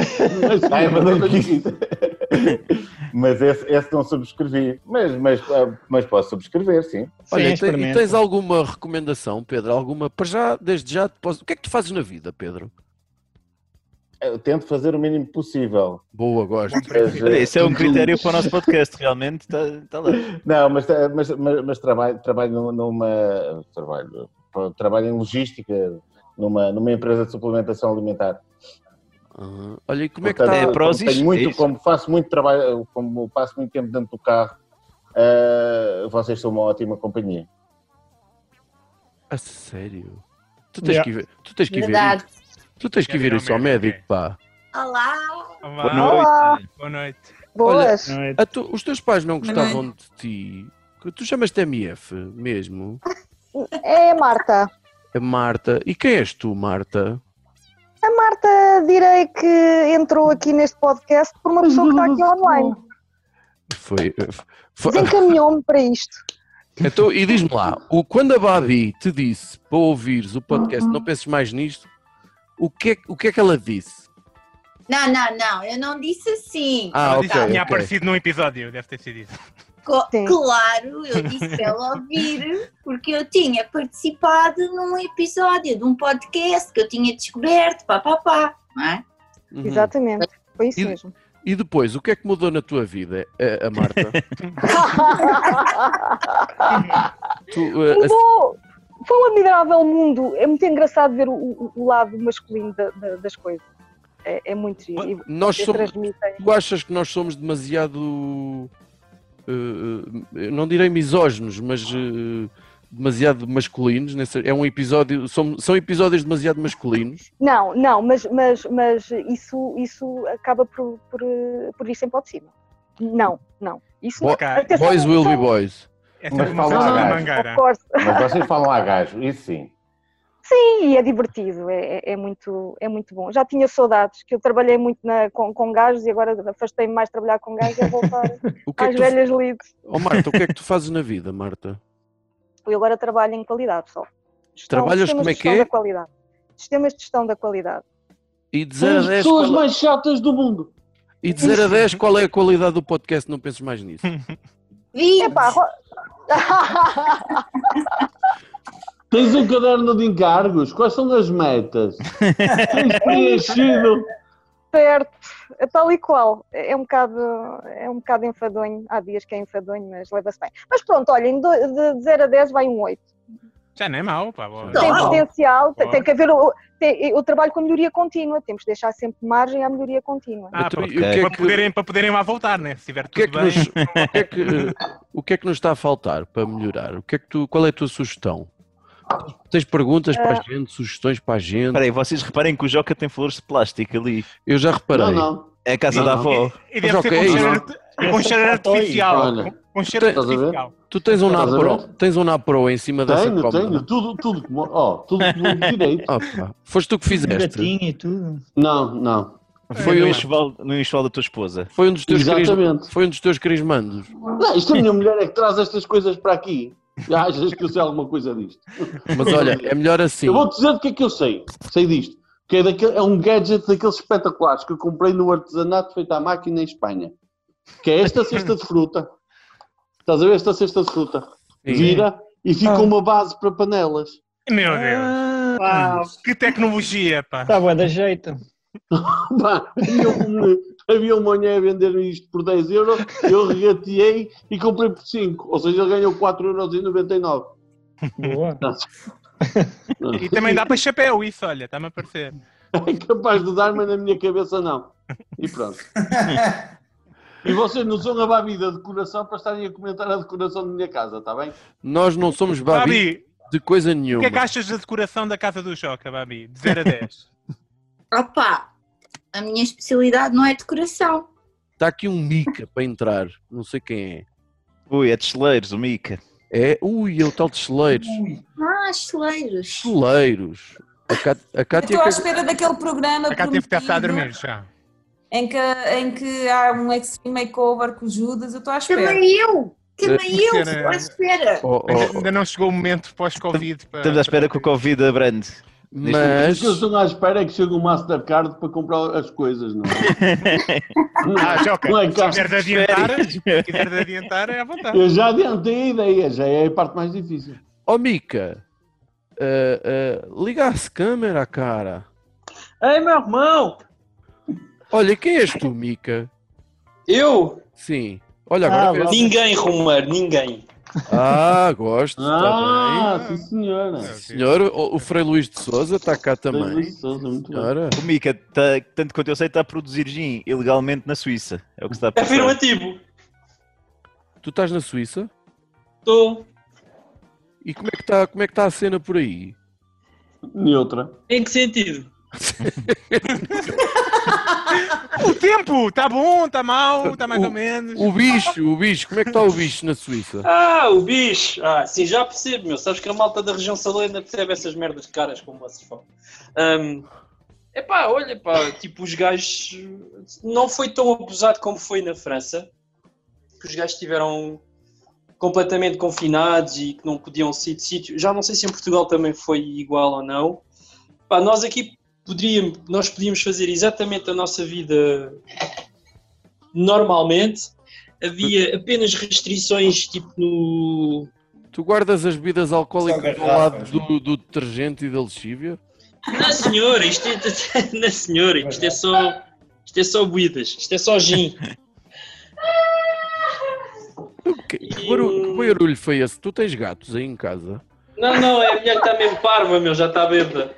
Speaker 10: Ah, é verdade que isso. mas esse, esse não subscrevi. Mas, mas, ah, mas posso subscrever, sim.
Speaker 2: Olha, então, e te- e tens um- alguma recomendação, Pedro? Alguma? Para já, desde já, te posso... o que é que tu fazes na vida, Pedro?
Speaker 10: Eu tento fazer o mínimo possível. eh,
Speaker 2: Boa, gosto.
Speaker 3: Olha, Isso é um critério para o nosso podcast, realmente está está lá.
Speaker 10: Não, mas, eh, mas, mas, mas trabalho, trabalho numa- numa. Trabalho, trabalho em logística numa, numa empresa de suplementação alimentar.
Speaker 2: Olha, e como
Speaker 10: Portanto,
Speaker 2: é que está?
Speaker 10: como tenho muito, como faço muito trabalho, como passo muito tempo dentro do carro, eh, vocês são uma ótima companhia.
Speaker 2: A sério? Tu tens
Speaker 10: Yeah.
Speaker 2: que ver, tu tens que ver,
Speaker 9: Verdade.
Speaker 2: tu tens que ver isso ao médico, pá.
Speaker 9: Olá.
Speaker 4: Olá.
Speaker 2: Boa
Speaker 4: Boa noite.
Speaker 9: Boas. é-
Speaker 2: Olha, a tu- os teus pais não
Speaker 9: Boa
Speaker 2: gostavam de ti? Que Tu chamas-te MF mesmo?
Speaker 14: É a Marta.
Speaker 2: A Marta. E quem és tu, Marta?
Speaker 14: A Marta direi que entrou aqui neste podcast por uma pessoa que está aqui online.
Speaker 2: Foi. foi-
Speaker 14: Desencaminhou-me para isto.
Speaker 2: Então, e diz-me lá, o, quando a Babi te disse para ouvires o podcast, não penses mais nisto, o que é, que- o que, é que ela disse?
Speaker 9: Não, não, não. Eu não disse assim.
Speaker 2: Ah,
Speaker 4: Ela disse
Speaker 2: ok,
Speaker 4: que tinha
Speaker 2: ok.
Speaker 4: aparecido num episódio, deve ter sido isso.
Speaker 9: Co- claro, eu disse para ela ouvir, porque eu tinha participado num episódio de um podcast que eu tinha descoberto, pá, pá, pá. Não é?
Speaker 2: Uhum.
Speaker 14: Exatamente. Foi isso
Speaker 2: E-
Speaker 14: mesmo.
Speaker 2: E depois, o que é que mudou na tua vida, a, a Marta? Tu, eh, a-
Speaker 14: Mudou. Foi um admirável mundo. É muito engraçado ver o, o- o lado masculino da- da- das coisas. É, é muito giro. E
Speaker 2: nós
Speaker 14: vocês
Speaker 2: somos,
Speaker 14: transmitem.
Speaker 2: tu achas que nós somos demasiado. eh, eh, não direi misóginos, mas eh, demasiado masculinos. nesse- é um episódio. São, são episódios demasiado masculinos.
Speaker 14: Não, não, mas, mas, mas isso, isso acaba por, por, por ir sempre ao de cima. Não, não. Isso
Speaker 2: Bo-
Speaker 14: não. Atenção,
Speaker 2: boys
Speaker 4: é
Speaker 2: will be
Speaker 4: um-
Speaker 14: são-
Speaker 2: boys.
Speaker 10: Mas falam a gajo.
Speaker 4: né?
Speaker 14: Of course.
Speaker 10: Mas vocês falam a gajo, isso sim.
Speaker 14: Sim, e é divertido, é, é- é muito, é muito bom. Já tinha saudades, que eu trabalhei muito na- com, com gajos e agora afastei-me mais de trabalhar com gajos e vou voltar
Speaker 2: O que é
Speaker 14: às
Speaker 2: que tu-
Speaker 14: velhas lides.
Speaker 2: Oh, Marta, o que é que tu fazes na vida, Marta?
Speaker 14: Eu agora trabalho em qualidade só. Gestão-
Speaker 2: Trabalhas
Speaker 14: sistemas
Speaker 2: como é
Speaker 14: de
Speaker 2: que
Speaker 14: gestão Da
Speaker 2: é?
Speaker 14: qualidade. Sistemas de gestão da qualidade.
Speaker 2: E de 0 a 10,
Speaker 5: pessoas
Speaker 2: qual... é-
Speaker 5: mais chatas do mundo.
Speaker 2: e de 0 a 10, qual é a qualidade do podcast? Não penses mais nisso.
Speaker 14: Epá, ro-
Speaker 5: Tens um caderno de encargos? Quais são as metas? Tens preenchido?
Speaker 14: Certo, é tal e qual. É um bocado, é um bocado enfadonho. Há dias que é enfadonho, mas leva-se bem. Mas pronto, olhem, do- de 0 a 10 vai um 8.
Speaker 4: Já não é mau, pá. boa.
Speaker 14: tem potencial, tem,
Speaker 4: Boa.
Speaker 14: tem que haver. o- Tem, eu trabalho com a melhoria contínua, temos de deixar sempre margem à melhoria contínua.
Speaker 4: Ah,
Speaker 2: Então,
Speaker 4: para,
Speaker 2: e o que é
Speaker 4: para
Speaker 2: que-
Speaker 4: poderem, para poderem lá voltar, né? Se estiver
Speaker 2: O que, é
Speaker 4: tudo
Speaker 2: que
Speaker 4: bem.
Speaker 2: nos, o, que é que, o que é que nos está a faltar para melhorar? O que é que tu, qual é a tua sugestão? Tens perguntas para a
Speaker 14: Ah.
Speaker 2: gente, sugestões para a gente?
Speaker 3: Espera aí, vocês reparem que o Joca tem flores de plástico ali.
Speaker 2: Eu já reparei.
Speaker 3: Não, não. É a casa da avó. É
Speaker 4: E deve
Speaker 2: é
Speaker 4: ser com cheiro art- com, cheiro Um artificial. com- Com cheiro
Speaker 2: Estás a ver?
Speaker 4: artificial.
Speaker 2: Tu tens um
Speaker 5: Estás a
Speaker 2: Napro, tens um Napro em cima dessa
Speaker 5: Tenho,
Speaker 2: cómoda.
Speaker 5: tenho. Tudo, tudo, como- ó, tudo como um direito. um
Speaker 2: Ah, pá, Foste tu que fizeste.
Speaker 11: e tudo.
Speaker 5: Não, não.
Speaker 3: Foi
Speaker 2: É,
Speaker 3: no
Speaker 2: não.
Speaker 3: enxoval, no enxoval da tua esposa.
Speaker 2: Foi um dos teus
Speaker 5: Exatamente.
Speaker 2: crismandos. Foi um dos teus crismandos.
Speaker 5: Não, isto é a minha mulher é que traz estas coisas para aqui. Já achas que eu sei alguma coisa disto?
Speaker 2: Mas olha, é melhor assim.
Speaker 5: Eu vou dizer do que é que eu sei. Sei disto. Que é, daquele- é um gadget daqueles espetaculares que eu comprei no artesanato feito à máquina em Espanha. Que é esta cesta de fruta. Estás a ver esta cesta de fruta?
Speaker 2: Sim.
Speaker 5: Vira e fica uma base para panelas.
Speaker 4: Meu
Speaker 5: Ah.
Speaker 4: Deus. Uau, que tecnologia, pá.
Speaker 11: Está boa da Tá jeito.
Speaker 5: Pá, havia um, havia um monhé a vender-me isto por 10 euros, eu regateei e comprei por 5. Ou seja, ele ganhou 4,99€.
Speaker 11: Boa.
Speaker 4: E também dá para chapéu isso, olha, está-me a parecer.
Speaker 5: É capaz de dar, mas na minha cabeça não. E pronto. E vocês não são a babida de coração para estarem a comentar a decoração da minha casa, está bem?
Speaker 2: Nós não somos babi
Speaker 4: Babi.
Speaker 2: de coisa
Speaker 4: O
Speaker 2: nenhuma.
Speaker 4: que é que achas da decoração da casa do Joca, Babi? De 0 a 10.
Speaker 9: Opa, a minha especialidade não é decoração.
Speaker 2: Está aqui um Mica para entrar. Não sei quem é.
Speaker 3: Ui, é de celeiros, o Mica.
Speaker 2: É, ui, é o tal de celeiros.
Speaker 9: Ah, celeiros.
Speaker 2: Celeiros. A Cá- A
Speaker 12: Eu
Speaker 2: Cátia
Speaker 12: Estou à
Speaker 2: que-
Speaker 12: espera daquele programa prometido
Speaker 4: já.
Speaker 12: em que, em que há um extreme makeover com o Judas. Eu estou à espera.
Speaker 9: Também eu!
Speaker 2: É.
Speaker 12: Também
Speaker 9: eu
Speaker 4: Cena-
Speaker 9: estou à espera!
Speaker 2: Oh,
Speaker 4: Ainda, ainda não chegou o momento pós-Covid. para-
Speaker 3: Estamos à espera que o Covid abrande.
Speaker 5: O que eu estou à espera é que chegue o Mastercard para comprar as coisas, não é?
Speaker 4: Ah, Joca,
Speaker 5: Não é
Speaker 4: se
Speaker 5: cá.
Speaker 4: quiser de adiantar, se quiser de adiantar, é à vontade.
Speaker 5: Eu já adiantei a ideia, já é a parte mais difícil.
Speaker 2: Ó Mica, eh, eh, liga as câmera, cara.
Speaker 13: Ei, meu irmão!
Speaker 2: Olha, quem és tu, Mica?
Speaker 13: Eu? Ah,
Speaker 2: Sim. Olha, agora vês-
Speaker 13: ninguém, Romero, ninguém.
Speaker 2: Ah, gosto.
Speaker 5: Ah,
Speaker 2: tá
Speaker 5: sim senhora.
Speaker 2: bem. Senhor, o, o Frei Luís de Souza está cá também. Ora.
Speaker 3: O Mica, tá- tanto quanto eu sei, está a produzir gin ilegalmente na Suíça. É o que está a passar.
Speaker 13: Afirmativo.
Speaker 2: Tu estás na Suíça?
Speaker 13: Estou
Speaker 2: E como é que está como é que tá a cena por aí?
Speaker 5: Neutra.
Speaker 13: Em que sentido?
Speaker 4: O tempo, tá bom, tá mal, tá mais
Speaker 2: O-
Speaker 4: ou menos.
Speaker 2: O bicho, o bicho, como é que está o bicho na Suíça?
Speaker 13: Ah, o bicho! Ah, sim, já percebo, meu. Sabes que a malta da região salena percebe essas merdas caras como vocês falam. Ahm, epá, olha, pá, tipo, os gajos. Não foi tão abusado como foi na França, que os gajos estiveram completamente confinados e que não podiam sair de sítio. Já não sei se em Portugal também foi igual ou não. Pá, nós aqui poderíamos, nós podíamos fazer exatamente a nossa vida normalmente. Havia apenas restrições tipo no.
Speaker 2: Tu guardas as bebidas alcoólicas
Speaker 13: Só
Speaker 2: ao lado
Speaker 13: garrafas,
Speaker 2: do, do detergente e da lexívia?
Speaker 13: Na senhora, isto é, na senhora, isto é só. Isto é só buídas, isto é só gin.
Speaker 2: Que, que barulho, que barulho foi esse? Tu tens gatos aí em casa?
Speaker 13: Não, não, é a mulher que está mesmo parva, meu, já está bêbada.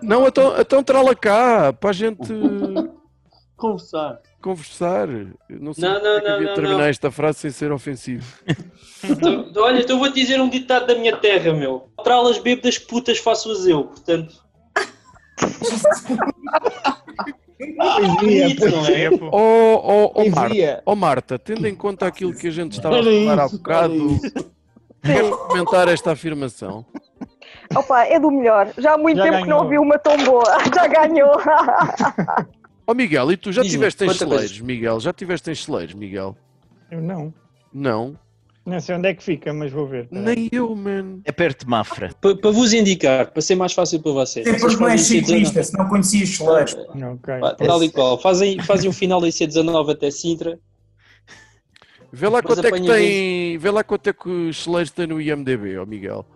Speaker 2: Não, então, então trala cá, para a gente
Speaker 5: Conversar.
Speaker 2: conversar. Eu não sei
Speaker 13: Não,
Speaker 2: porque é
Speaker 13: não,
Speaker 2: que
Speaker 13: não,
Speaker 2: havia de
Speaker 13: não,
Speaker 2: terminar
Speaker 13: não.
Speaker 2: esta frase sem ser ofensivo.
Speaker 13: Então, Olha, então eu vou dizer um ditado da minha terra, meu. Tralas bêbadas putas faço-as eu, portanto. Bonito, não é?
Speaker 3: né,
Speaker 2: Oh, oh, oh, Marta,
Speaker 13: Poesia.
Speaker 2: oh, Marta, tendo em conta aquilo que a gente estava a
Speaker 13: Era
Speaker 2: falar há
Speaker 13: isso,
Speaker 2: bocado, queres comentar esta afirmação?
Speaker 14: Opa, é do melhor. Já há muito
Speaker 2: Já
Speaker 14: tempo que não
Speaker 2: ganhou.
Speaker 14: ouvi uma tão boa. Já ganhou.
Speaker 2: Ó Miguel, e tu já
Speaker 11: Diz-me,
Speaker 2: tiveste em
Speaker 11: outra coisa.
Speaker 2: celeiros, Miguel? Já tiveste em celeiros, Miguel?
Speaker 11: Eu não.
Speaker 2: Não.
Speaker 11: Não sei onde é que fica, mas vou ver.
Speaker 2: Nem eu, mano.
Speaker 3: É perto de Mafra.
Speaker 13: Para, vos indicar, para ser mais fácil para vocês.
Speaker 6: Até
Speaker 13: Vocês
Speaker 6: porque não é
Speaker 13: fazem IC19.
Speaker 6: ciclista, se não conhecia os celeiros.
Speaker 13: Pá, Tal e qual. Fazem, fazem o final da IC19 até Sintra.
Speaker 2: Vê lá
Speaker 13: Mas
Speaker 2: quanto é que
Speaker 13: apanhas
Speaker 2: tem. Vê lá quanto é que os celeiros têm no IMDB, ó Miguel.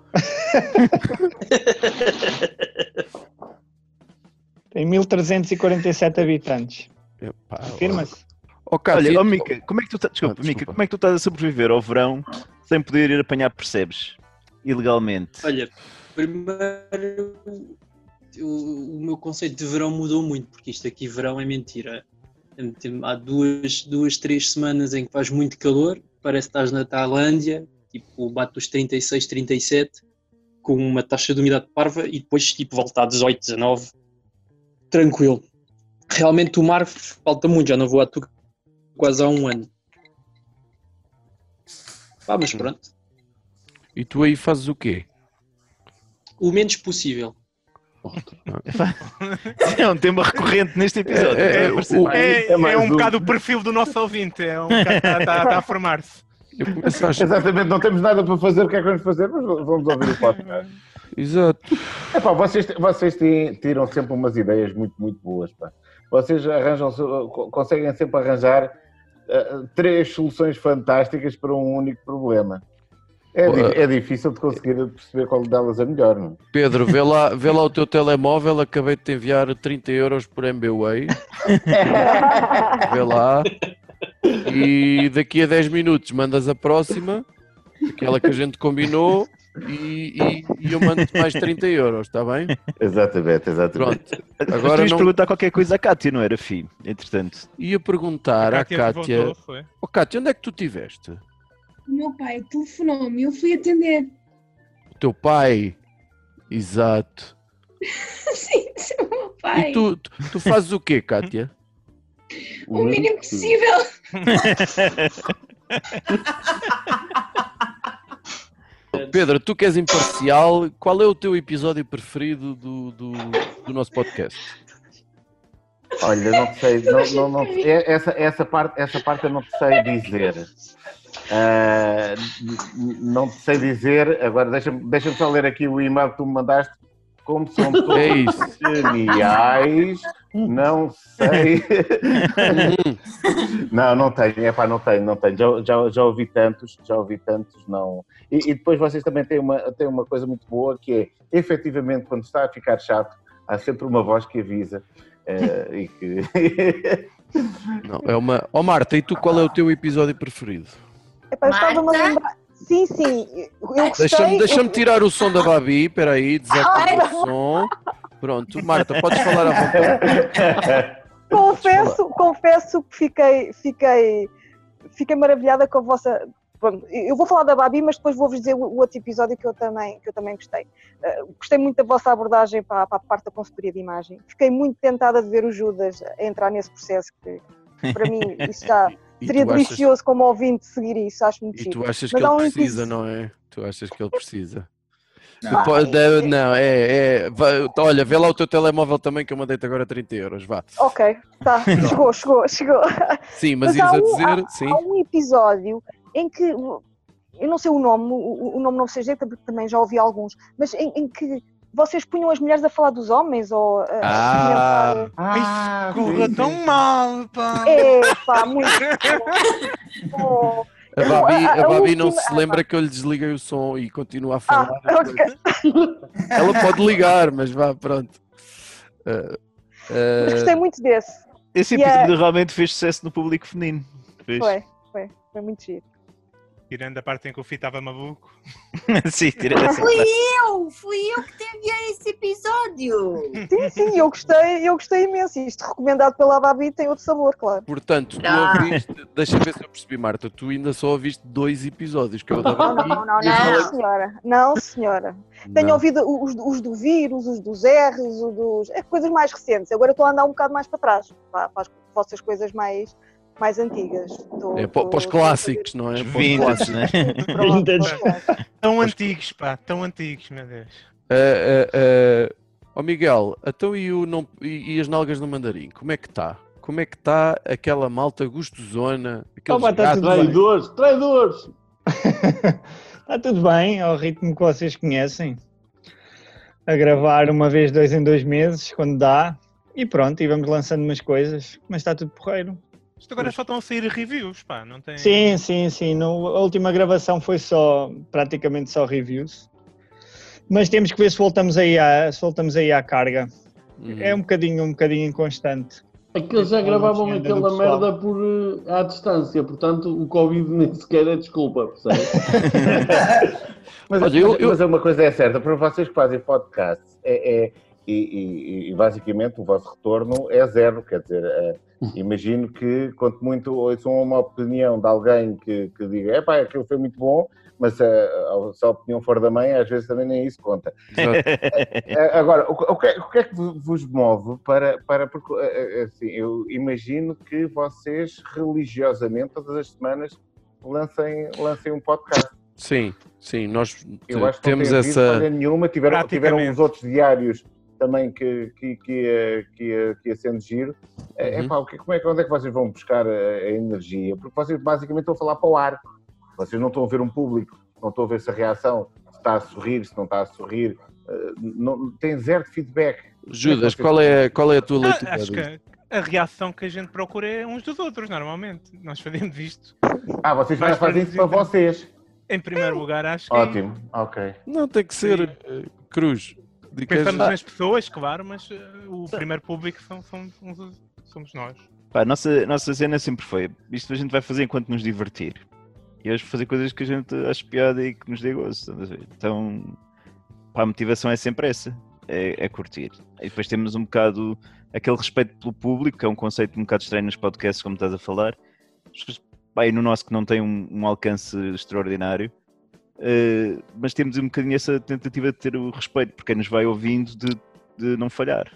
Speaker 11: Tem 1347 habitantes.
Speaker 3: Ah,
Speaker 11: Afirma-se.
Speaker 3: Olha,
Speaker 2: então-
Speaker 3: ó Mica, como é que tu tá-
Speaker 2: Ah,
Speaker 3: desculpa, Mica, como é que tu estás a sobreviver ao verão sem poder ir apanhar percebes? Ilegalmente.
Speaker 13: Olha, primeiro o, o meu conceito de verão mudou muito, porque isto aqui verão é mentira. Tem- Há duas, duas, três semanas em que faz muito calor, parece que estás na Tailândia, tipo, bate os 36, 37, com uma taxa de umidade parva e depois tipo volta a 18, 19, tranquilo. Realmente o mar falta muito, já não vou à Tuga quase há um ano. Pá, mas pronto.
Speaker 2: E tu aí fazes o quê?
Speaker 13: O menos possível.
Speaker 3: É um tema recorrente neste episódio.
Speaker 2: É, é, é, o-
Speaker 4: É,
Speaker 2: É mais
Speaker 4: é um,
Speaker 2: um.
Speaker 4: bocado o perfil do nosso ouvinte. É um bocado está a formar-se.
Speaker 10: Exatamente, não temos nada para fazer, o que é que vamos fazer? Mas vamos ouvir o podcast.
Speaker 2: Exato.
Speaker 10: Epá, vocês, vocês têm- tiram sempre umas ideias muito, muito boas. Pá. Vocês arranjam, co- conseguem sempre arranjar ah, três soluções fantásticas para um único problema. É, di-
Speaker 2: Ah.
Speaker 10: é difícil de conseguir perceber qual delas é melhor, não?
Speaker 2: Pedro, vê lá, vê lá o teu telemóvel, acabei de te enviar 30 euros por MBWay. vê lá. E daqui a 10 minutos mandas a próxima, aquela que a gente combinou, e, e- e eu mando-te mais 30 euros, está bem?
Speaker 10: é? Exatamente, exatamente.
Speaker 2: Agora
Speaker 3: Agora tu ias
Speaker 2: não-
Speaker 3: perguntar qualquer coisa à Cátia, não era, filho? Entretanto.
Speaker 2: Ia perguntar
Speaker 3: A
Speaker 2: à
Speaker 3: Cátia
Speaker 2: Cátia.
Speaker 3: voltou, foi?
Speaker 2: Ó Cátia, onde é que tu estiveste?
Speaker 7: O meu pai telefonou-me e eu fui atender.
Speaker 2: O teu pai. Exato.
Speaker 7: Sim, isso é o meu pai.
Speaker 2: E tu, tu, tu fazes o quê, Cátia?
Speaker 7: O mínimo possível.
Speaker 2: Pedro, tu que és imparcial, qual é o teu episódio preferido do, do, do nosso podcast?
Speaker 10: Olha, não sei, não- não- não- é- essa, essa, parte, essa parte eu não te sei dizer. Ah, n- n- não te sei dizer, agora deixa-me deixa só ler aqui o e-mail que tu me mandaste. Como são todos
Speaker 2: É isso.
Speaker 10: geniais, não sei. não, não tenho, é pá, não tenho, não tenho. Já, já, já ouvi tantos, já ouvi tantos, não. E, e depois vocês também têm uma, têm uma coisa muito boa que é, efetivamente, quando está a ficar chato, há sempre uma voz que avisa. eh, e que.
Speaker 2: Não, é uma... Ó Marta, e tu qual é o teu episódio preferido?
Speaker 14: Epá, eu estava-me a lembrar. Sim, sim. Eu gostei.
Speaker 2: Deixa-me deixa
Speaker 14: eu-
Speaker 2: tirar o som da Babi, peraí, desativa
Speaker 14: Ai,
Speaker 2: o som. Pronto, Marta, podes falar à vontade.
Speaker 14: Confesso, confesso que fiquei, fiquei, fiquei maravilhada com a vossa. Pronto, eu vou falar da Babi, mas depois vou-vos dizer o o outro episódio que eu também, que eu também gostei. Eh, gostei muito da vossa abordagem para, para a parte da consultoria de imagem. Fiquei muito tentada de ver o Judas a entrar nesse processo, que para mim isso já
Speaker 2: E
Speaker 14: seria
Speaker 2: tu achas-
Speaker 14: delicioso como ouvinte seguir isso, acho muito
Speaker 2: E
Speaker 14: giro.
Speaker 2: tu achas que
Speaker 14: Mas há
Speaker 2: ele
Speaker 14: um episódio- Ah,
Speaker 2: precisa, não é? Tu achas que ele precisa.
Speaker 14: Não.
Speaker 2: Depois da- não, é, é. vai- olha, vê lá o teu telemóvel também que eu mandei-te agora 30 euros, vá.
Speaker 14: Ok, tá, chegou, chegou, chegou.
Speaker 2: Sim, mas
Speaker 14: há
Speaker 2: ias a
Speaker 14: um-
Speaker 2: dizer,
Speaker 14: há-
Speaker 2: sim.
Speaker 14: Há um episódio em que, eu não sei o nome, o, o nome não sei jeito, porque também já ouvi alguns, mas em, em que vocês punham as mulheres a falar dos homens ou... eh, a- a
Speaker 2: Ah.
Speaker 14: comentar-
Speaker 4: Corra tão mal, pá.
Speaker 14: É, pá, muito... É um
Speaker 2: A Babi,
Speaker 14: a-
Speaker 2: a
Speaker 14: a
Speaker 2: Babi não
Speaker 14: última-
Speaker 2: se lembra que eu lhe desliguei o som e continua a
Speaker 14: é Ah,
Speaker 2: falar.
Speaker 14: ok.
Speaker 2: Ela pode ligar, mas vá, pronto. Ah, ah,
Speaker 14: Mas gostei muito desse.
Speaker 3: Esse
Speaker 14: E, eh,
Speaker 3: episódio realmente fez sucesso no público feminino. Fez.
Speaker 14: Foi, foi, foi muito giro.
Speaker 4: Tirando a parte em que o Fih estava maluco.
Speaker 3: Sim,
Speaker 14: Ah,
Speaker 3: tirando essa
Speaker 9: Fui
Speaker 3: parte.
Speaker 9: eu! Fui eu que te enviei esse episódio!
Speaker 14: Sim, sim, eu gostei, eu gostei imenso. Isto recomendado pela Babi tem outro sabor, claro.
Speaker 2: Portanto, tu
Speaker 14: Ah.
Speaker 2: ouviste, deixa ver se eu percebi, Marta, tu ainda só ouviste dois episódios que eu
Speaker 14: Não,
Speaker 2: estava
Speaker 14: não, não, não, não, senhora. Não, senhora. Tenho
Speaker 2: Não.
Speaker 14: ouvido os, os do vírus, os dos R's, os dos. é, coisas mais recentes. Agora estou a andar um bocado mais para trás, para, para as vossas coisas mais, mais antigas. Estou-
Speaker 2: É para, para os clássicos, não é? Para os
Speaker 6: né?
Speaker 3: Vintage,
Speaker 2: clássicos.
Speaker 3: né?
Speaker 4: Tão antigos, pá, tão antigos, meu Deus.
Speaker 2: Ah, ah, ah, Eh, ó Miguel, então e, o não, e, e as nalgas no mandarim? Como é que está? Como é que está aquela malta gostosona? Aqueles
Speaker 11: Opa, tá
Speaker 2: gatos?
Speaker 11: tudo bem.
Speaker 5: Traidores, traidores!
Speaker 11: Está Tá tudo bem, ao ritmo que vocês conhecem. A gravar uma vez, dois em dois meses, quando dá. E pronto, e vamos lançando umas coisas, mas está tudo porreiro.
Speaker 6: Isto agora só estão a sair reviews, pá, não tem.
Speaker 11: Sim, sim, sim. No, a última gravação foi só, praticamente só reviews. Mas temos que ver se voltamos aí à, se voltamos aí à carga. É um bocadinho, um bocadinho inconstante.
Speaker 5: Aqueles já
Speaker 11: Não, não
Speaker 5: gravavam
Speaker 11: tinha ainda
Speaker 5: aquela
Speaker 11: é do pessoal.
Speaker 5: merda por, eh, à distância, portanto o Covid nem sequer é desculpa, percebes?
Speaker 10: Mas,
Speaker 5: Olha, eu- eu-
Speaker 10: mas uma coisa é certa, para vocês que fazem podcasts, é, é- e, e- e basicamente o vosso retorno é zero, quer dizer, é,
Speaker 5: Hum.
Speaker 10: imagino que, quanto muito, ouçam uma opinião de alguém que, que diga, epá, aquilo foi muito bom, mas é, a, se a opinião for da mãe, às vezes também nem isso conta. É, Agora, o, que- o que, é- o que é que vos move para, para porque, é, é, assim, eu imagino que vocês religiosamente, todas as semanas, lancem, lancem um podcast.
Speaker 2: Sim, sim, nós
Speaker 10: Eu acho que
Speaker 2: temos
Speaker 10: não tem havido
Speaker 2: essa.
Speaker 10: falha nenhuma. Tiveram, tiveram os outros diários também que, que, que, ia, que, ia, que ia sendo giro. É,
Speaker 2: Uhum.
Speaker 10: epá, o que, como é, que- onde é que vocês vão buscar a, a energia? Porque vocês basicamente estão a falar para o ar. Vocês não estão a ver um público, não estão a ver se a reação se está a sorrir, se não está a sorrir. Eh, não, tem zero de feedback.
Speaker 2: Judas, qual é, qual é a tua leitura?
Speaker 6: Ah, acho
Speaker 10: um-
Speaker 2: disto?
Speaker 6: que a reação que a gente procura é uns dos outros, normalmente. Nós fazemos isto.
Speaker 10: Ah, vocês já fazem isso para vocês.
Speaker 6: Em primeiro lugar, acho que.
Speaker 10: É. Ótimo, ok.
Speaker 2: Não, tem que ser eh, cruz. De que-
Speaker 6: Pensamos
Speaker 2: Ah,
Speaker 6: nas pessoas, claro, mas eh, o primeiro público são, são- são- somos nós.
Speaker 3: Pá, a nossa, a nossa cena sempre foi: isto a gente vai fazer enquanto nos divertir. E hoje fazer coisas que a gente acha piada e que nos dê gozo. estás a ver? Então, pá, a motivação é sempre essa: é, é curtir. E depois temos um bocado aquele respeito pelo público, que é um conceito um bocado estranho nos podcasts, como estás a falar. As pessoas, Pá, e no nosso que não tem um, um alcance extraordinário. eh, mas temos um bocadinho essa tentativa de ter o respeito por quem nos vai ouvindo de, de não falhar.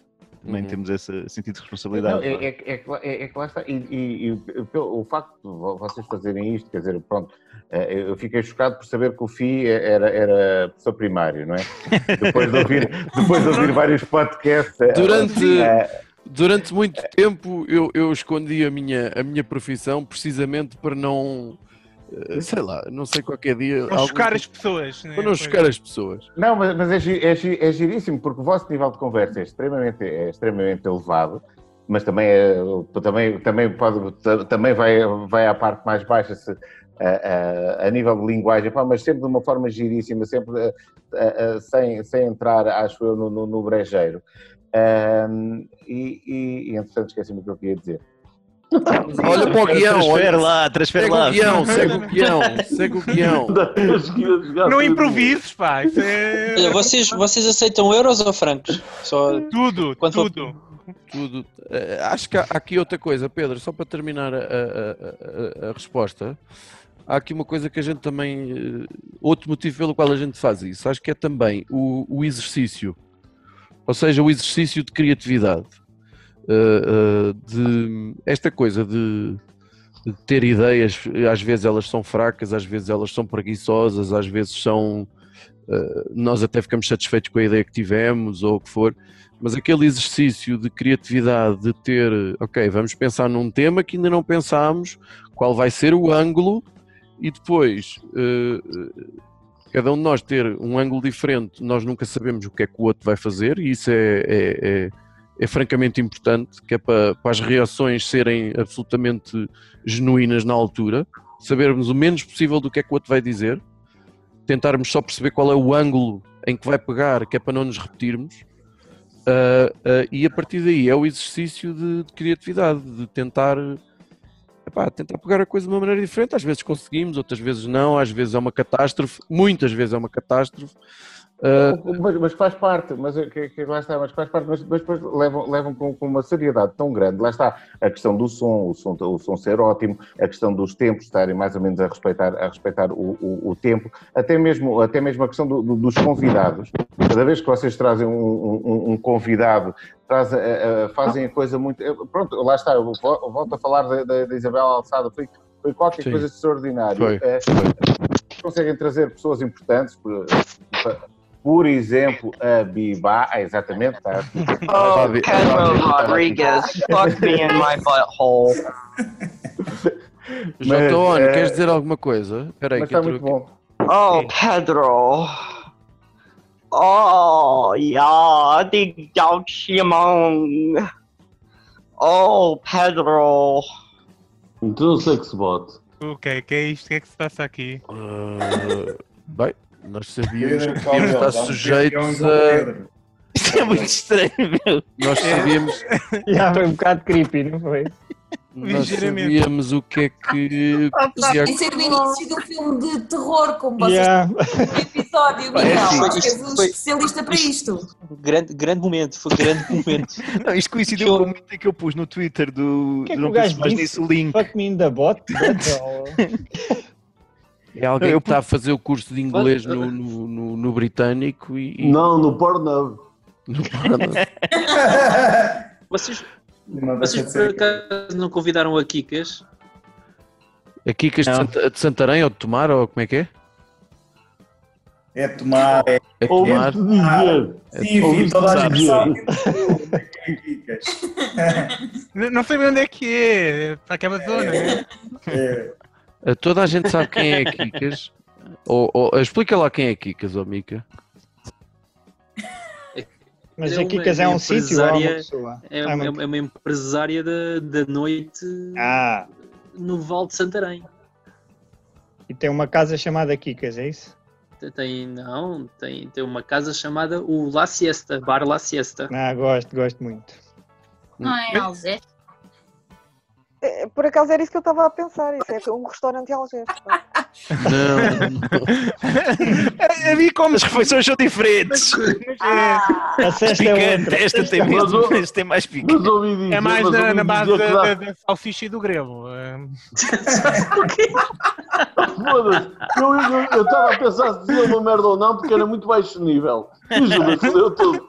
Speaker 3: Também
Speaker 10: Uhum.
Speaker 3: temos esse sentido de responsabilidade.
Speaker 10: Não, é,
Speaker 3: pá.
Speaker 10: é, é, que lá- é- é que lá está. E, e- e pelo- o facto de vo- vocês fazerem isto, quer dizer, pronto, eh, eu fiquei chocado por saber que o FI é, era, era professor primário, não é? Depois de ouvir, depois de ouvir vários podcasts. eh,
Speaker 2: Durante,
Speaker 10: eh,
Speaker 2: durante muito tempo eu, eu escondi a minha, a minha profissão precisamente para não. eh, Sei lá, não sei qualquer dia.
Speaker 6: Não
Speaker 2: algum
Speaker 6: chocar
Speaker 2: tipo-
Speaker 6: as pessoas. né?
Speaker 2: Para não
Speaker 6: Pois.
Speaker 2: chocar as pessoas.
Speaker 10: Não, mas, mas é, gi- é gi- é giríssimo, porque o vosso nível de conversa é extremamente, é extremamente elevado, mas também, é, também, também, pode, ta- também vai, vai à parte mais baixa se, a, a- a nível de linguagem, pá, mas sempre de uma forma giríssima, sempre eh, eh, eh, sem, sem entrar, acho eu, no, no, no brejeiro. Ahm, e, e, e, entretanto, esqueci-me do que eu queria dizer.
Speaker 2: Olha para o guião.
Speaker 3: Transfere
Speaker 2: olha-
Speaker 3: lá, transfere
Speaker 2: segue
Speaker 3: lá.
Speaker 2: O guião, segue o guião, segue o guião.
Speaker 6: Não improvises, pá. isso é-
Speaker 13: Olha, vocês, vocês aceitam euros ou francos? Só...
Speaker 6: Tudo,
Speaker 13: tudo.
Speaker 2: Tudo. Eh, acho que há há aqui outra coisa, Pedro, só para terminar a, a- a- a- a resposta. Há aqui uma coisa que a gente também. eh, Outro motivo pelo qual a gente faz isso, acho que é também o, o exercício. Ou seja, o exercício de criatividade. Eh, eh, de esta coisa de, de ter ideias, às vezes elas são fracas, às vezes elas são preguiçosas, às vezes são. eh, nós até ficamos satisfeitos com a ideia que tivemos ou o que for, mas aquele exercício de criatividade, de ter, ok, vamos pensar num tema que ainda não pensámos, qual vai ser o ângulo, e depois eh, eh, cada um de nós ter um ângulo diferente, nós nunca sabemos o que é que o outro vai fazer, e isso é, é- é- é francamente importante, que é para, para as reações serem absolutamente genuínas na altura, sabermos o menos possível do que é que o outro vai dizer, tentarmos só perceber qual é o ângulo em que vai pegar, que é para não nos repetirmos. Ah, ah, e a partir daí é o exercício de, de criatividade, de tentar, epá, tentar pegar a coisa de uma maneira diferente. Às vezes conseguimos, outras vezes não, às vezes é uma catástrofe, muitas vezes é uma catástrofe. Ah,
Speaker 10: Mas, mas faz parte, mas eu- que, que lá está, mas faz parte, mas, mas depois levam, levam com, com uma seriedade tão grande. Lá está a questão do som, o som, o som ser ótimo, a questão dos tempos estarem mais ou menos a respeitar, a respeitar o, o- o tempo, até mesmo, até mesmo a questão do- do- dos convidados. Cada vez que vocês trazem um, um- um convidado, trazem, eh, eh, fazem a coisa muito. eh, Pronto, lá está, eu vo- volto a falar da, da, da Isabel Alçada, foi, foi qualquer
Speaker 2: Sim.
Speaker 10: coisa extraordinária.
Speaker 2: Foi,
Speaker 10: Eh, Conseguem trazer pessoas importantes. por- por exemplo, a Biba. Ah, exatamente, está aqui.
Speaker 15: Oh,
Speaker 10: Estava-
Speaker 15: Cosmo
Speaker 10: estava-
Speaker 15: Rodriguez, fuck me in my butthole.
Speaker 2: Já
Speaker 10: Mas,
Speaker 2: estou on,
Speaker 10: eh,
Speaker 2: queres dizer alguma coisa? Espera aí,
Speaker 10: mas
Speaker 2: que
Speaker 10: está
Speaker 2: eu
Speaker 10: muito
Speaker 2: estou
Speaker 10: bom.
Speaker 15: Oh, Pedro. Oh, ja, die Gautschimon. Oh, Pedro.
Speaker 5: Então não sei que se vote.
Speaker 6: O que é que é isto? O que é que se passa aqui?
Speaker 2: bem, nós sabíamos que
Speaker 6: Pedro,
Speaker 2: podíamos
Speaker 6: calma, dá
Speaker 2: estar
Speaker 6: um
Speaker 2: sujeitos
Speaker 6: beijão com o
Speaker 2: a.
Speaker 6: Pedro.
Speaker 2: Isto é muito estranho, meu. Nós sabíamos.
Speaker 11: Já foi um bocado creepy, não foi?
Speaker 2: Nós sabíamos o que é que.
Speaker 12: Isto
Speaker 2: podia-
Speaker 12: podia ser o início de um filme de terror, como vocês
Speaker 11: Yeah.
Speaker 12: têm no episódio,
Speaker 15: Pá, é
Speaker 12: Miguel.
Speaker 15: assim,
Speaker 12: Acho que és
Speaker 15: isto
Speaker 12: um
Speaker 15: foi-
Speaker 12: especialista para isto.
Speaker 15: Grande, grande momento, foi grande momento.
Speaker 3: Não, isto coincidiu com o momento em que eu pus no Twitter do.
Speaker 11: que é que
Speaker 3: não
Speaker 11: o
Speaker 3: pus
Speaker 11: gajo
Speaker 3: mais
Speaker 11: disse?
Speaker 3: nisso o link.
Speaker 11: Fuck me in the bot.
Speaker 2: É alguém
Speaker 3: Eu-
Speaker 2: que está a fazer o curso de inglês no, no, no- no britânico e. e-
Speaker 5: Não, no Pornhub.
Speaker 2: No Pornhub.
Speaker 13: Vocês,
Speaker 2: Não, deixa de
Speaker 13: vocês por
Speaker 2: ser.
Speaker 13: acaso não convidaram a Kikas?
Speaker 2: A Kikas é de,
Speaker 13: Não.
Speaker 2: Santa- de Santarém ou de Tomar, ou como é que é?
Speaker 16: É tomar, é,
Speaker 2: É tomar.
Speaker 16: Ah,
Speaker 3: É,
Speaker 16: Sim, vi toda a gente sabe.
Speaker 6: N- Não sabia onde é que é, é para aquela zona, né?
Speaker 2: A Toda a gente sabe quem é a Kikas. ou, ou- explica lá quem é a Kikas, ó Mica.
Speaker 11: Mas
Speaker 13: É
Speaker 11: a
Speaker 13: uma-
Speaker 11: Kikas é um sítio ou é uma
Speaker 13: empresária-
Speaker 11: pessoa?
Speaker 13: É,
Speaker 11: Ah,
Speaker 13: uma, é uma empresária da, da noite
Speaker 11: Ah.
Speaker 13: no Val de Santarém.
Speaker 11: E tem uma casa chamada Kikas, é isso?
Speaker 13: Tem- Tem, não, tem, tem uma casa chamada o La Siesta, Bar La Siesta.
Speaker 11: Ah, gosto, gosto muito.
Speaker 2: é,
Speaker 14: é?
Speaker 9: Ai, Alzé.
Speaker 14: Eh, Por acaso era isso que eu estava a pensar. Isso é um restaurante em Algés. pá.
Speaker 4: É,
Speaker 3: A, a mim como as refeições são diferentes.
Speaker 11: A cesta é outra.
Speaker 3: Esta tem,
Speaker 11: Mas
Speaker 3: mesmo,
Speaker 11: o-
Speaker 3: esta tem mais pica.
Speaker 6: É mais na, na base da, da- da salsicha e do grelo. é.
Speaker 5: Foda-se. Eu eu- eu estava a pensar se dizia uma merda ou não, porque era muito baixo nível. E Júlio fodeu tudo.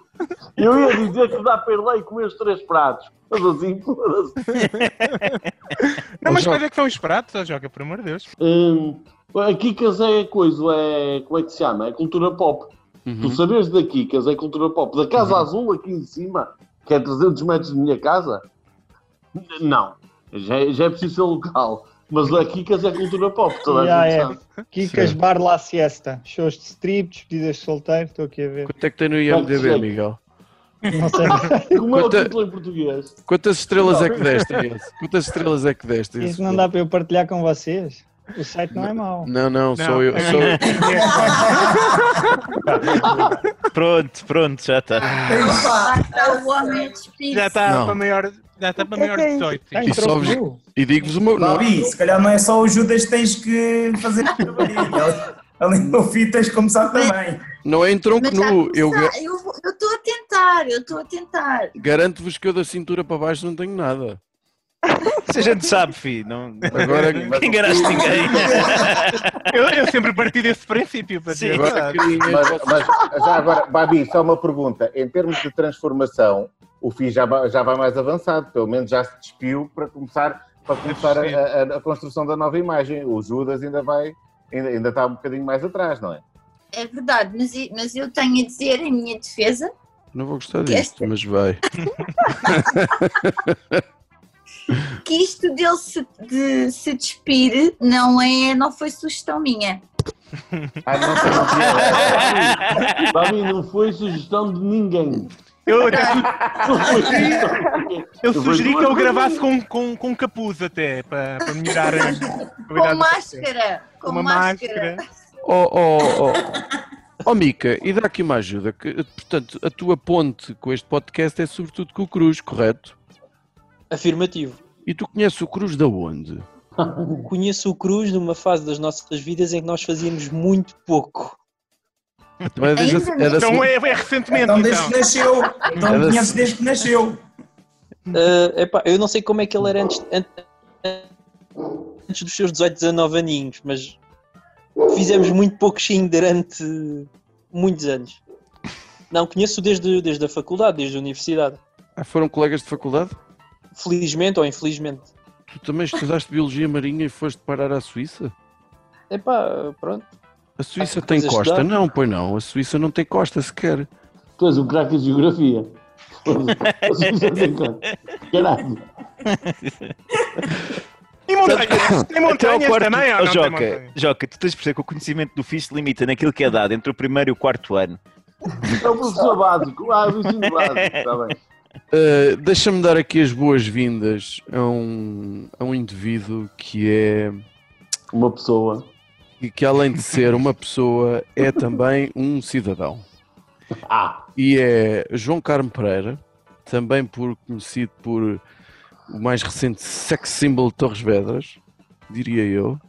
Speaker 5: Eu ia dizer que dá para ir lá e comer os três pratos. Mas assim, foda-se.
Speaker 6: Não, mas quais é que são os pratos, ó Joca, por amor de Deus?
Speaker 5: Hum, a Kikas é coisa, é. Como é que se chama? É cultura pop.
Speaker 2: Uhum.
Speaker 5: Tu sabes da Kikas, é cultura pop. Da Casa Azul, aqui em cima, que é 300 metros da minha casa? N- Não. Já, é- já é preciso ser local. Mas a Kikas é cultura pop, toda a
Speaker 11: Já
Speaker 5: gente
Speaker 11: é.
Speaker 5: sabe.
Speaker 11: Kikas Bar La Siesta. Shows de strip, despedidas de solteiro, estou aqui a ver.
Speaker 2: Quanto é que tem no IMDB, Miguel?
Speaker 11: Não sei.
Speaker 5: Como é o
Speaker 2: Quanta-
Speaker 5: título em português?
Speaker 2: Quantas estrelas é que deste? a esse? Quantas estrelas é que deste? a esse
Speaker 11: Isso não dá para eu partilhar com vocês. O site não é mau.
Speaker 2: Não, não, sou eu. Sou eu.
Speaker 3: Pronto, pronto, já tá. está.
Speaker 9: Lá está o homem é a despir-se.
Speaker 6: Já
Speaker 2: tá
Speaker 6: está
Speaker 3: Não.
Speaker 6: para maior, já está para
Speaker 9: O que é
Speaker 6: maior
Speaker 9: que é
Speaker 6: de
Speaker 9: isso?
Speaker 6: 18.
Speaker 9: Ah, entrou
Speaker 2: só vos-
Speaker 9: Peru.
Speaker 2: E digo-vos o meu
Speaker 16: Babi, se calhar não é só o Judas que tens que fazer trabalhinho. Além do Fio, tens que começar também.
Speaker 2: Não é em tronco
Speaker 9: Mas já
Speaker 2: nu. Eu
Speaker 9: começar-
Speaker 2: ga-
Speaker 9: Eu vou- eu estou a tentar, eu estou a tentar.
Speaker 2: garanto-vos que eu da cintura para baixo não tenho nada.
Speaker 3: Se a gente sabe, filho. Não...
Speaker 2: Agora,
Speaker 3: Quem enganaste ninguém?
Speaker 6: Eu, eu sempre parti desse princípio. Para dizer a verdade.
Speaker 10: mas, mas já agora, Babi, só uma pergunta. Em termos de transformação, o Fih já, va- já vai mais avançado, pelo menos já se despiu para começar, para começar a, a- a construção da nova imagem. O Judas ainda vai, ainda, ainda está um bocadinho mais atrás, não é?
Speaker 9: É verdade, mas, e- mas eu tenho a dizer em minha defesa
Speaker 2: Não vou gostar disto, mas vai.
Speaker 9: que isto dele se, de se despir não, é, não foi sugestão minha.
Speaker 5: Para mim não foi sugestão de ninguém.
Speaker 6: Eu até
Speaker 5: Não foi sugestão de ninguém.
Speaker 6: Eu sugeri que eu
Speaker 5: Foi-
Speaker 6: gravasse com, com, com capuz até, para, para melhorar a
Speaker 9: Com
Speaker 6: qualidade do café.
Speaker 9: máscara, com
Speaker 6: Uma
Speaker 9: máscara.
Speaker 2: Oh, oh, oh. oh Mica, e dá aqui uma ajuda. que, portanto, a tua ponte com este podcast é sobretudo com o Cruz, correto?
Speaker 13: Afirmativo.
Speaker 2: E tu conheces o Cruz de onde?
Speaker 13: Conheço o Cruz numa fase das nossas vidas em que nós fazíamos muito pouco.
Speaker 2: Também é desde a- é da
Speaker 6: Então
Speaker 2: segunda-
Speaker 6: é, é recentemente.
Speaker 16: Então,
Speaker 6: Então,
Speaker 16: desde que nasceu.
Speaker 2: É da-
Speaker 16: Então, conheces desde que nasceu.
Speaker 13: Ah, epá, eu não sei como é que ele era antes, an- antes dos seus 18, 19 aninhos, mas fizemos muito pouco sim durante muitos anos. Não, conheço desde, desde a faculdade, desde a universidade.
Speaker 2: Ah, Foram colegas de faculdade?
Speaker 13: Felizmente ou infelizmente.
Speaker 2: Tu também estudaste Biologia Marinha e foste parar à Suíça?
Speaker 13: Epá, pronto.
Speaker 2: A Suíça tem
Speaker 5: coisas
Speaker 2: costa?
Speaker 5: estudar.
Speaker 2: Não, pois não. A Suíça não tem costa sequer.
Speaker 5: Tu és um craque de geografia. A Suíça tem costa. Caralho.
Speaker 4: E montanhas? Tem montanhas também ou não tem
Speaker 3: Joca,
Speaker 4: montanhas?
Speaker 3: Joca, tu tens de perceber que o conhecimento do FIS limita naquilo que é dado entre o primeiro e o quarto ano.
Speaker 5: É o professor básico. Ah, o ensino básico. Está bem.
Speaker 2: Uh, Deixa-me dar aqui as boas-vindas a um, a um indivíduo que é.
Speaker 5: Uma pessoa.
Speaker 2: E que além de ser uma pessoa, é também um cidadão.
Speaker 5: Ah.
Speaker 2: E é João Carmo Pereira, também por, conhecido por o mais recente sex symbol de Torres Vedras, diria eu.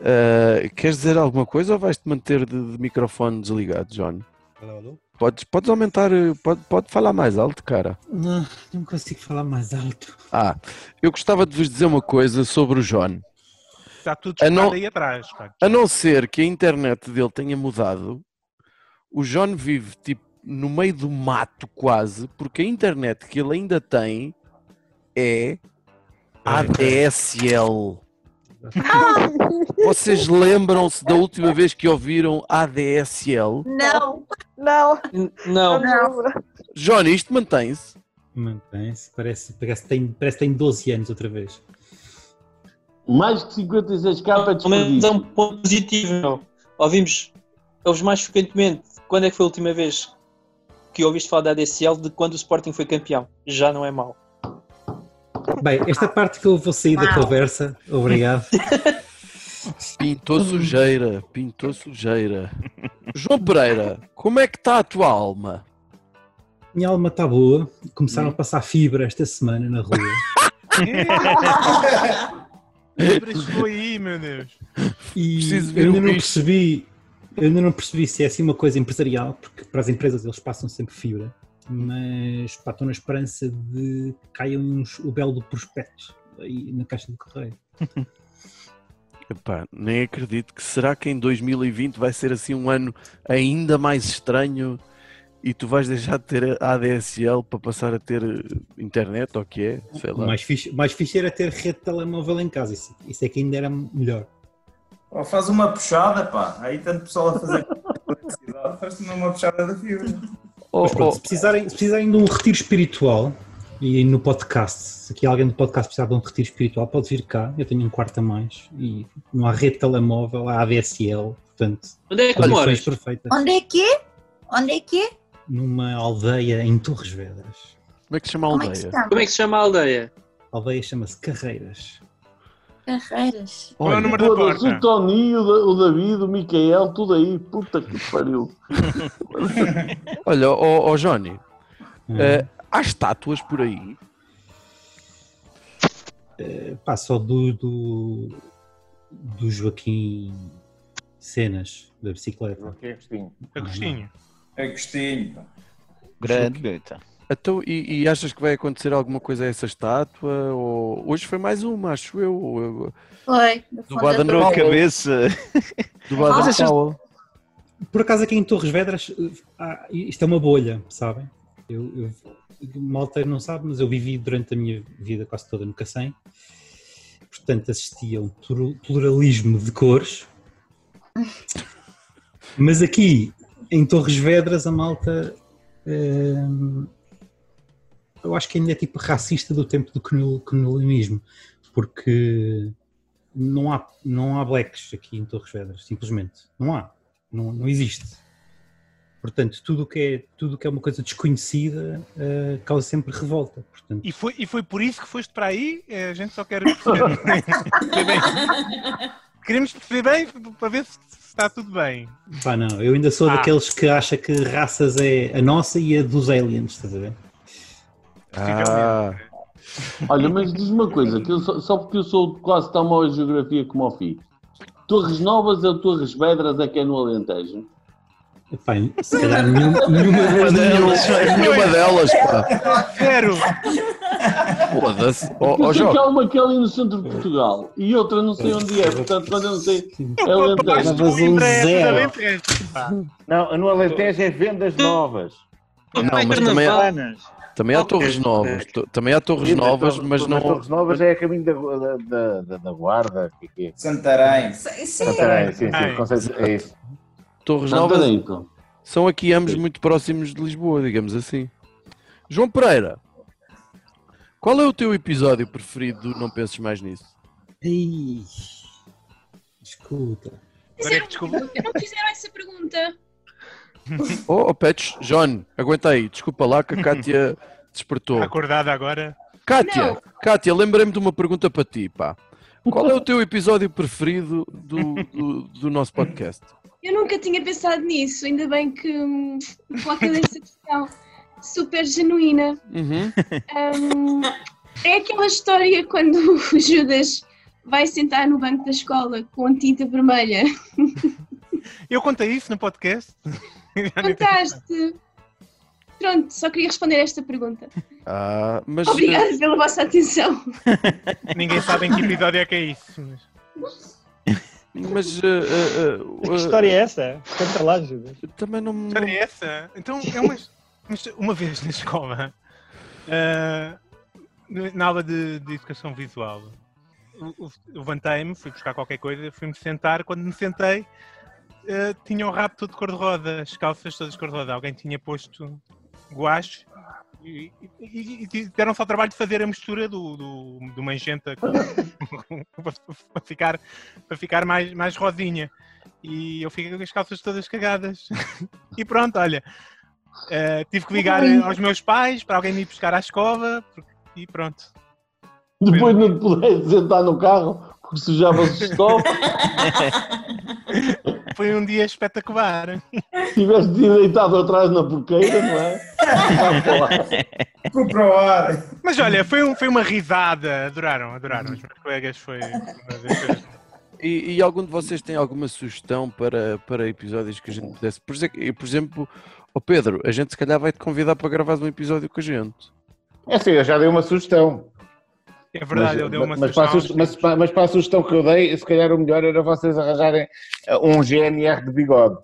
Speaker 2: Uh, queres dizer alguma coisa ou vais-te manter de, de microfone desligado, John?
Speaker 17: Alô, alô?
Speaker 2: Podes, podes aumentar, eh, pode, pode falar mais alto, cara.
Speaker 17: Não, não consigo falar mais alto.
Speaker 2: Ah, eu gostava de vos dizer uma coisa sobre o John.
Speaker 6: Está tudo
Speaker 2: A não-
Speaker 6: chocado aí atrás, cara.
Speaker 2: A não ser que a internet dele tenha mudado, o John vive tipo no meio do mato quase, porque a internet que ele ainda tem é ADSL. Vocês lembram-se da última vez que ouviram ADSL?
Speaker 9: Não.
Speaker 14: Não.
Speaker 13: Não.
Speaker 2: John, isto mantém-se.
Speaker 17: Mantém-se, parece, parece, que tem, parece que tem 12 anos outra vez.
Speaker 5: Mais de 56 capas de
Speaker 13: Pelo menos é um ponto positivo, não. Ouvimos, ouves mais frequentemente. Quando é que foi a última vez que ouviste falar da ADCL de quando o Sporting foi campeão? Já não é mau.
Speaker 17: Bem, esta parte que eu vou sair da conversa, obrigado.
Speaker 2: Pintou sujeira, pintou sujeira. João Pereira, como é que está a tua alma?
Speaker 17: Minha alma está boa, começaram a passar fibra esta semana na rua.
Speaker 6: Chegou aí, meu Deus.
Speaker 17: E
Speaker 6: Preciso ver
Speaker 17: eu ainda
Speaker 6: o
Speaker 17: não
Speaker 6: bicho.
Speaker 17: percebi, eu ainda não percebi se é assim uma coisa empresarial, porque para as empresas eles passam sempre fibra, mas pá, estou na esperança de que caia uns, o belo do prospecto aí na caixa de correio.
Speaker 2: Epá, nem acredito que será que em 2020 vai ser assim um ano ainda mais estranho e tu vais deixar de ter a ADSL para passar a ter eh, internet ou o que é? Sei
Speaker 17: O
Speaker 2: lá.
Speaker 17: mais fixe, mais fixe era ter rede de telemóvel em casa, isso, isso é que ainda era melhor.
Speaker 16: Ou faz uma puxada, pá. Aí tanto pessoal a fazer publicidade, faz-te uma puxada da fibra.
Speaker 17: Mas pronto, se, precisarem, se precisarem de um retiro espiritual e no podcast, se aqui alguém do podcast precisar de um retiro espiritual, pode vir cá, eu tenho um quarto a mais e não há rede de telemóvel, há ADSL, portanto,
Speaker 13: Onde é que tu
Speaker 17: condições
Speaker 13: moras?
Speaker 17: perfeitas
Speaker 9: Onde é que é? Onde é que é?
Speaker 17: numa aldeia em Torres Vedras.
Speaker 2: Como é que se chama a
Speaker 9: Como é que se chama?
Speaker 13: Como é que se chama a aldeia?
Speaker 17: A aldeia chama-se Carreiras.
Speaker 9: Carreiras.
Speaker 17: Qual é o número da
Speaker 5: Foda-se,
Speaker 17: porta?
Speaker 5: O Toninho, o Da- o David, o Micael, tudo aí. Puta que pariu.
Speaker 2: Olha, ó ó, Johnny, eh, há estátuas por aí.
Speaker 17: Eh, pá, só do, do, do Joaquim Cenas, da bicicleta.
Speaker 10: Joaquim Agostinho.
Speaker 17: Agostinho.
Speaker 16: Agostinho, pá.
Speaker 3: Grande
Speaker 2: Então, e, e achas que vai acontecer alguma coisa a essa estátua? Ou... Hoje foi mais uma, acho eu. ou eu-
Speaker 9: Foi. é
Speaker 2: Do Baden Powell. Do Baden
Speaker 17: Mas achas-
Speaker 2: Powell.
Speaker 17: Por acaso aqui em Torres Vedras, eh, há- isto é uma bolha, sabem? Eu, eu, malta não sabe, mas eu vivi durante a minha vida quase toda no Cacém. Portanto, assistia a um plur- pluralismo de cores. Mas aqui, em Torres Vedras, a malta... eh, eu acho que ainda é tipo racista do tempo do colonil- colonialismo. Porque não há, não há blacks aqui em Torres Vedras, simplesmente. Não há. Não, não existe. Portanto, tudo o que é, tudo o que é uma coisa desconhecida eh, causa sempre revolta. Portanto,
Speaker 6: E foi, e foi por isso que foste para aí? Eh, A gente só quer perceber. perceber bem. Queremos perceber bem para ver se se está tudo bem.
Speaker 17: pá, não, eu ainda sou
Speaker 6: Ah.
Speaker 17: daqueles que acha que raças é a nossa e a dos aliens, estás a ver?
Speaker 5: Ah, Olha, mas diz uma coisa, que eu só, só porque eu sou quase tão mau em geografia como o Fi. Torres Novas ou Torres Vedras é que é no Alentejo?
Speaker 17: Epá, se calhar nenhuma, nenhuma das
Speaker 2: delas,
Speaker 17: nenhuma-
Speaker 2: nenhuma delas, pá.
Speaker 6: Zero!
Speaker 2: Foda-se. Ó,
Speaker 5: eu
Speaker 2: ó,
Speaker 5: sei que
Speaker 2: Joca.
Speaker 5: há uma que é ali no centro de Portugal e outra não sei onde é, portanto, quando eu não sei, é
Speaker 17: um
Speaker 5: Alentejo.
Speaker 10: Não, no Alentejo é vendas novas.
Speaker 2: Não, mas também há, também há torres novas. to- Também há torres novas, mas não.
Speaker 10: Torres Novas é a caminho da, da, da, da Guarda. que é que é?
Speaker 16: Santarém.
Speaker 12: Sim,
Speaker 10: Santarém, sim, sim. conceito- É isso.
Speaker 2: Torres
Speaker 10: Não,
Speaker 2: Novas
Speaker 10: peraí, então.
Speaker 2: são aqui ambos muito próximos de Lisboa, digamos assim. João Pereira, qual é o teu episódio preferido do Não Penses Mais Nisso?
Speaker 17: Ei, escuta.
Speaker 7: Não fizeram essa pergunta.
Speaker 2: Oh, oh Pets, John, aguenta aí, desculpa lá que a Kátia despertou.
Speaker 6: Acordada agora.
Speaker 2: Kátia, Kátia, lembrei-me de uma pergunta para ti, pá. Qual é o teu episódio preferido do, do, do nosso podcast?
Speaker 7: Eu nunca tinha pensado nisso, ainda bem que hum, me coloca essa questão super genuína.
Speaker 2: Uhum.
Speaker 7: Hum, é aquela história quando o Judas vai sentar no banco da escola com tinta vermelha.
Speaker 6: Eu contei isso no podcast.
Speaker 7: Contaste. Pronto, só queria responder esta pergunta.
Speaker 2: Ah, mas eh,
Speaker 7: Obrigada pela vossa atenção.
Speaker 6: Ninguém sabe em que episódio é que é isso. mas-
Speaker 2: Mas. eh, que
Speaker 6: história é
Speaker 11: essa? Conta lá, Judas.
Speaker 2: eh, Também não me.
Speaker 6: história é essa? Então, é uma, mas uma vez na escola, ah, na aula de, de educação visual, eu- eu levantei-me, fui buscar qualquer coisa, fui-me sentar. Quando me sentei, ah, tinha o rabo todo de cor-de-rosa, as calças todas de cor-de-rosa. Alguém tinha posto guache e, e- e deram-se ao trabalho de fazer a mistura do, do, do magenta com- para ficar, para ficar mais, mais rosinha. E eu fiquei com as calças todas cagadas. E pronto, olha. eh, tive que ligar eh, aos meus pais para alguém me ir buscar à escova porque- e pronto.
Speaker 5: Depois não te pudeste sentar no carro porque sujavas o estoque.
Speaker 6: Foi um dia espetacular.
Speaker 5: Tiveste de ir deitado atrás na porqueira, não é?
Speaker 16: Compra hora.
Speaker 6: Mas olha, foi, um- foi uma risada. Adoraram, adoraram. Os meus colegas foi.
Speaker 2: E, e algum de vocês tem alguma sugestão para, para episódios que a gente pudesse? Por exemplo, e, por exemplo, ó Pedro, a gente se calhar vai te convidar para gravar um episódio com a gente.
Speaker 10: É assim, eu já dei uma sugestão.
Speaker 6: É
Speaker 10: mas, mas- mas Para a sugestão mas, para- mas para a sugestão que eu dei, se calhar o melhor era vocês arranjarem eh, um GNR de bigode.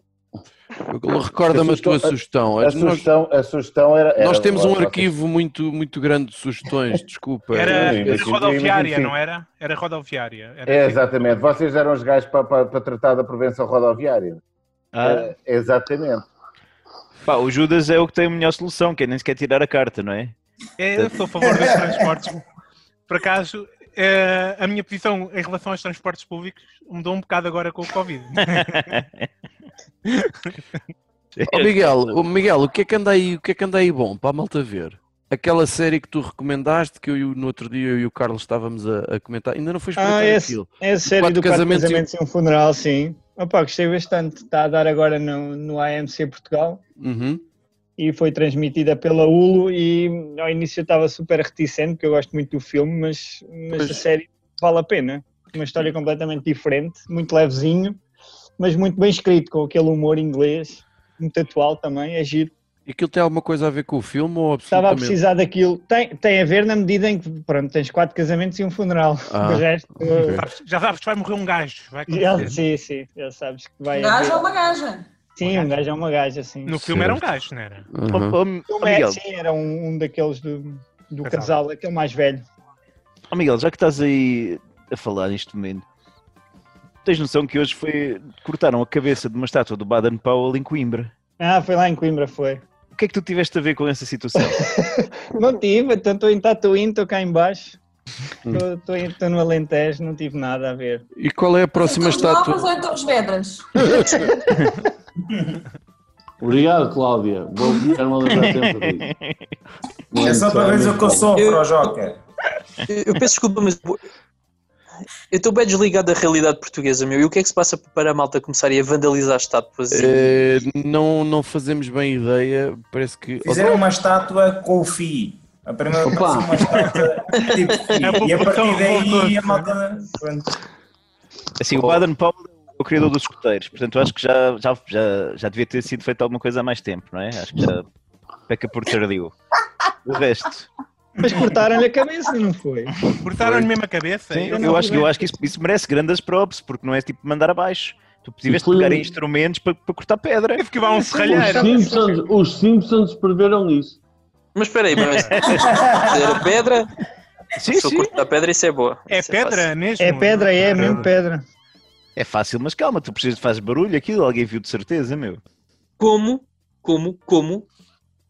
Speaker 2: Recorda-me a tua sugestão. é
Speaker 10: A,
Speaker 2: Nós-
Speaker 10: sugestão, a sugestão era, era-
Speaker 2: Nós temos um
Speaker 10: vocês-
Speaker 2: arquivo muito, muito grande de sugestões, desculpa.
Speaker 6: Era,
Speaker 2: Eu-
Speaker 6: era
Speaker 2: eu-
Speaker 6: rodoviária, não era? Era rodoviária. Era assim.
Speaker 10: É, exatamente. Vocês eram os gajos para, para, para tratar da prevenção rodoviária.
Speaker 3: Ah.
Speaker 10: É, exatamente.
Speaker 3: Pá, o Judas é o que tem a melhor solução, que é nem sequer tirar a carta, não é?
Speaker 6: É, eu sou a favor dos transportes. Por acaso, eh, a minha posição em relação aos transportes públicos mudou um bocado agora com o Covid.
Speaker 2: Ó Miguel, ó Miguel, o que é que anda aí, o que é que anda aí bom para a malta ver? Aquela série que tu recomendaste, que eu e o- no outro dia eu e o Carlos estávamos a, a comentar, ainda não foi explicado
Speaker 11: Ah, esse,
Speaker 2: aquilo.
Speaker 11: esse série
Speaker 2: Quatro
Speaker 11: do
Speaker 2: casamentos
Speaker 11: Casamentos
Speaker 2: e-
Speaker 11: Casamento e um Funeral, sim. Opa, gostei bastante. Está a dar agora no, no AMC Portugal
Speaker 2: Uhum.
Speaker 11: e foi transmitida pela Hulu e ao início eu estava super reticente, porque eu gosto muito do filme, mas, mas a
Speaker 2: Pois.
Speaker 11: série vale a pena. Uma história completamente diferente, muito levezinho, mas muito bem escrito, com aquele humor inglês, muito atual também, é giro.
Speaker 2: Aquilo tem alguma coisa a ver com o filme ou
Speaker 11: Estava a
Speaker 2: absolutamente?
Speaker 11: precisar daquilo. Tem, tem a ver na medida em que, pronto, tens quatro casamentos e um funeral.
Speaker 2: Ah,
Speaker 11: De resto,
Speaker 2: ok.
Speaker 6: Sabes- já sabes que vai morrer um gajo. Vai
Speaker 11: já,
Speaker 6: acontecer.
Speaker 11: sim, sim, já sabes que vai.
Speaker 12: Um gajo
Speaker 11: haver-
Speaker 12: é uma gaja.
Speaker 11: Sim, um gajo é uma gaja, sim.
Speaker 6: No filme era um gajo, não era?
Speaker 2: Uhum.
Speaker 3: Oh,
Speaker 11: No filme é,
Speaker 3: Miguel,
Speaker 11: sim, era um, um daqueles do, do
Speaker 3: Casal.
Speaker 11: casal, aquele mais velho.
Speaker 3: ó, Miguel, já que estás aí a falar neste momento, tens noção que hoje foi. cortaram a cabeça de uma estátua do Baden Powell em Coimbra.
Speaker 11: Ah, foi lá em Coimbra, foi.
Speaker 3: O que é que tu tiveste a ver com essa situação?
Speaker 11: Não tive, então estou em Tatuíno, estou cá em baixo. Estou- Estou em- estou no Alentejo, não tive nada a ver.
Speaker 2: E qual é a próxima
Speaker 12: Torres Novas ou
Speaker 2: estátua?
Speaker 12: em Torres Vedras?
Speaker 5: Obrigado, Cláudia. Vou ficar uma lembrar sempre disso.
Speaker 16: É só para veres o que eu sofro, ó Joker.
Speaker 13: Eu eu peço desculpa, mas eu estou bem desligado da realidade portuguesa, meu. E o que é que se passa para a malta começar a vandalizar estátuas? e-
Speaker 2: Eh, não, não fazemos bem ideia, parece que...
Speaker 16: Fizeram uma estátua com o Fi. A primeira
Speaker 2: Opa.
Speaker 16: apareceu uma estátua tipo
Speaker 6: É um
Speaker 16: Fi. E a partir daí a malta. Pronto.
Speaker 3: Assim, o Baden Powell é o criador dos escuteiros, portanto acho que já, já, já, já devia ter sido feito alguma coisa há mais tempo, não é? Acho que já peca por tardio. O resto.
Speaker 11: Mas cortaram-lhe a cabeça, não foi?
Speaker 6: Cortaram-lhe mesmo a cabeça?
Speaker 3: Sim, eu, acho, eu acho que isso, isso merece grandes props, porque não é tipo mandar abaixo. Tu Tu tiveste de pegar em instrumentos para, para cortar pedra. é Teve
Speaker 6: que levar um
Speaker 5: Os Simpsons, os Simpsons preveram isso.
Speaker 8: Mas espera aí, mas fazer a pedra.
Speaker 3: Sim,
Speaker 8: se eu cortar a pedra, isso é boa.
Speaker 6: É
Speaker 8: Isso
Speaker 6: pedra
Speaker 8: fácil.
Speaker 6: mesmo?
Speaker 11: é mesmo pedra.
Speaker 3: É fácil, mas calma, tu precisas de fazer barulho aquilo, alguém viu de certeza, meu.
Speaker 13: Como, como, como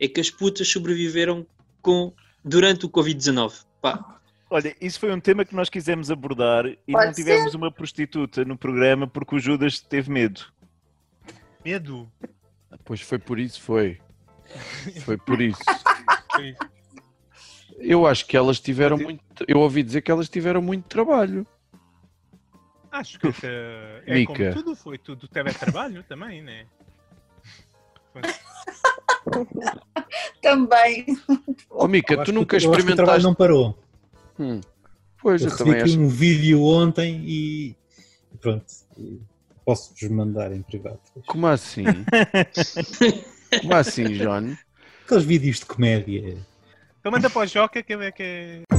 Speaker 13: é que as putas sobreviveram com, durante o Covid-19? Pá,
Speaker 3: Olha, isso foi um tema que nós quisemos abordar e
Speaker 13: Pode
Speaker 3: não tivemos
Speaker 13: ser.
Speaker 3: uma prostituta no programa porque o Judas teve medo.
Speaker 6: Medo.
Speaker 2: Oh, Pois foi por isso, foi. Foi por isso. Eu acho que elas tiveram muito. Eu ouvi dizer que elas tiveram muito trabalho.
Speaker 6: Acho que essa- é
Speaker 2: Mica.
Speaker 6: como tudo, foi tudo teletrabalho também, né?
Speaker 9: Também.
Speaker 2: Ó, Mica,
Speaker 17: Eu acho
Speaker 2: tu
Speaker 17: que o-
Speaker 2: nunca
Speaker 17: eu acho que o trabalho
Speaker 2: experimentaste.
Speaker 17: não parou.
Speaker 2: Hum. Pois,
Speaker 17: eu
Speaker 2: eu,
Speaker 17: recebi
Speaker 2: também
Speaker 17: aqui
Speaker 2: acho.
Speaker 17: um vídeo ontem e e pronto. e Posso-vos mandar em privado.
Speaker 2: Como assim? Como assim, John?
Speaker 17: Aqueles vídeos de comédia.
Speaker 6: Então manda para o Joca que é que é.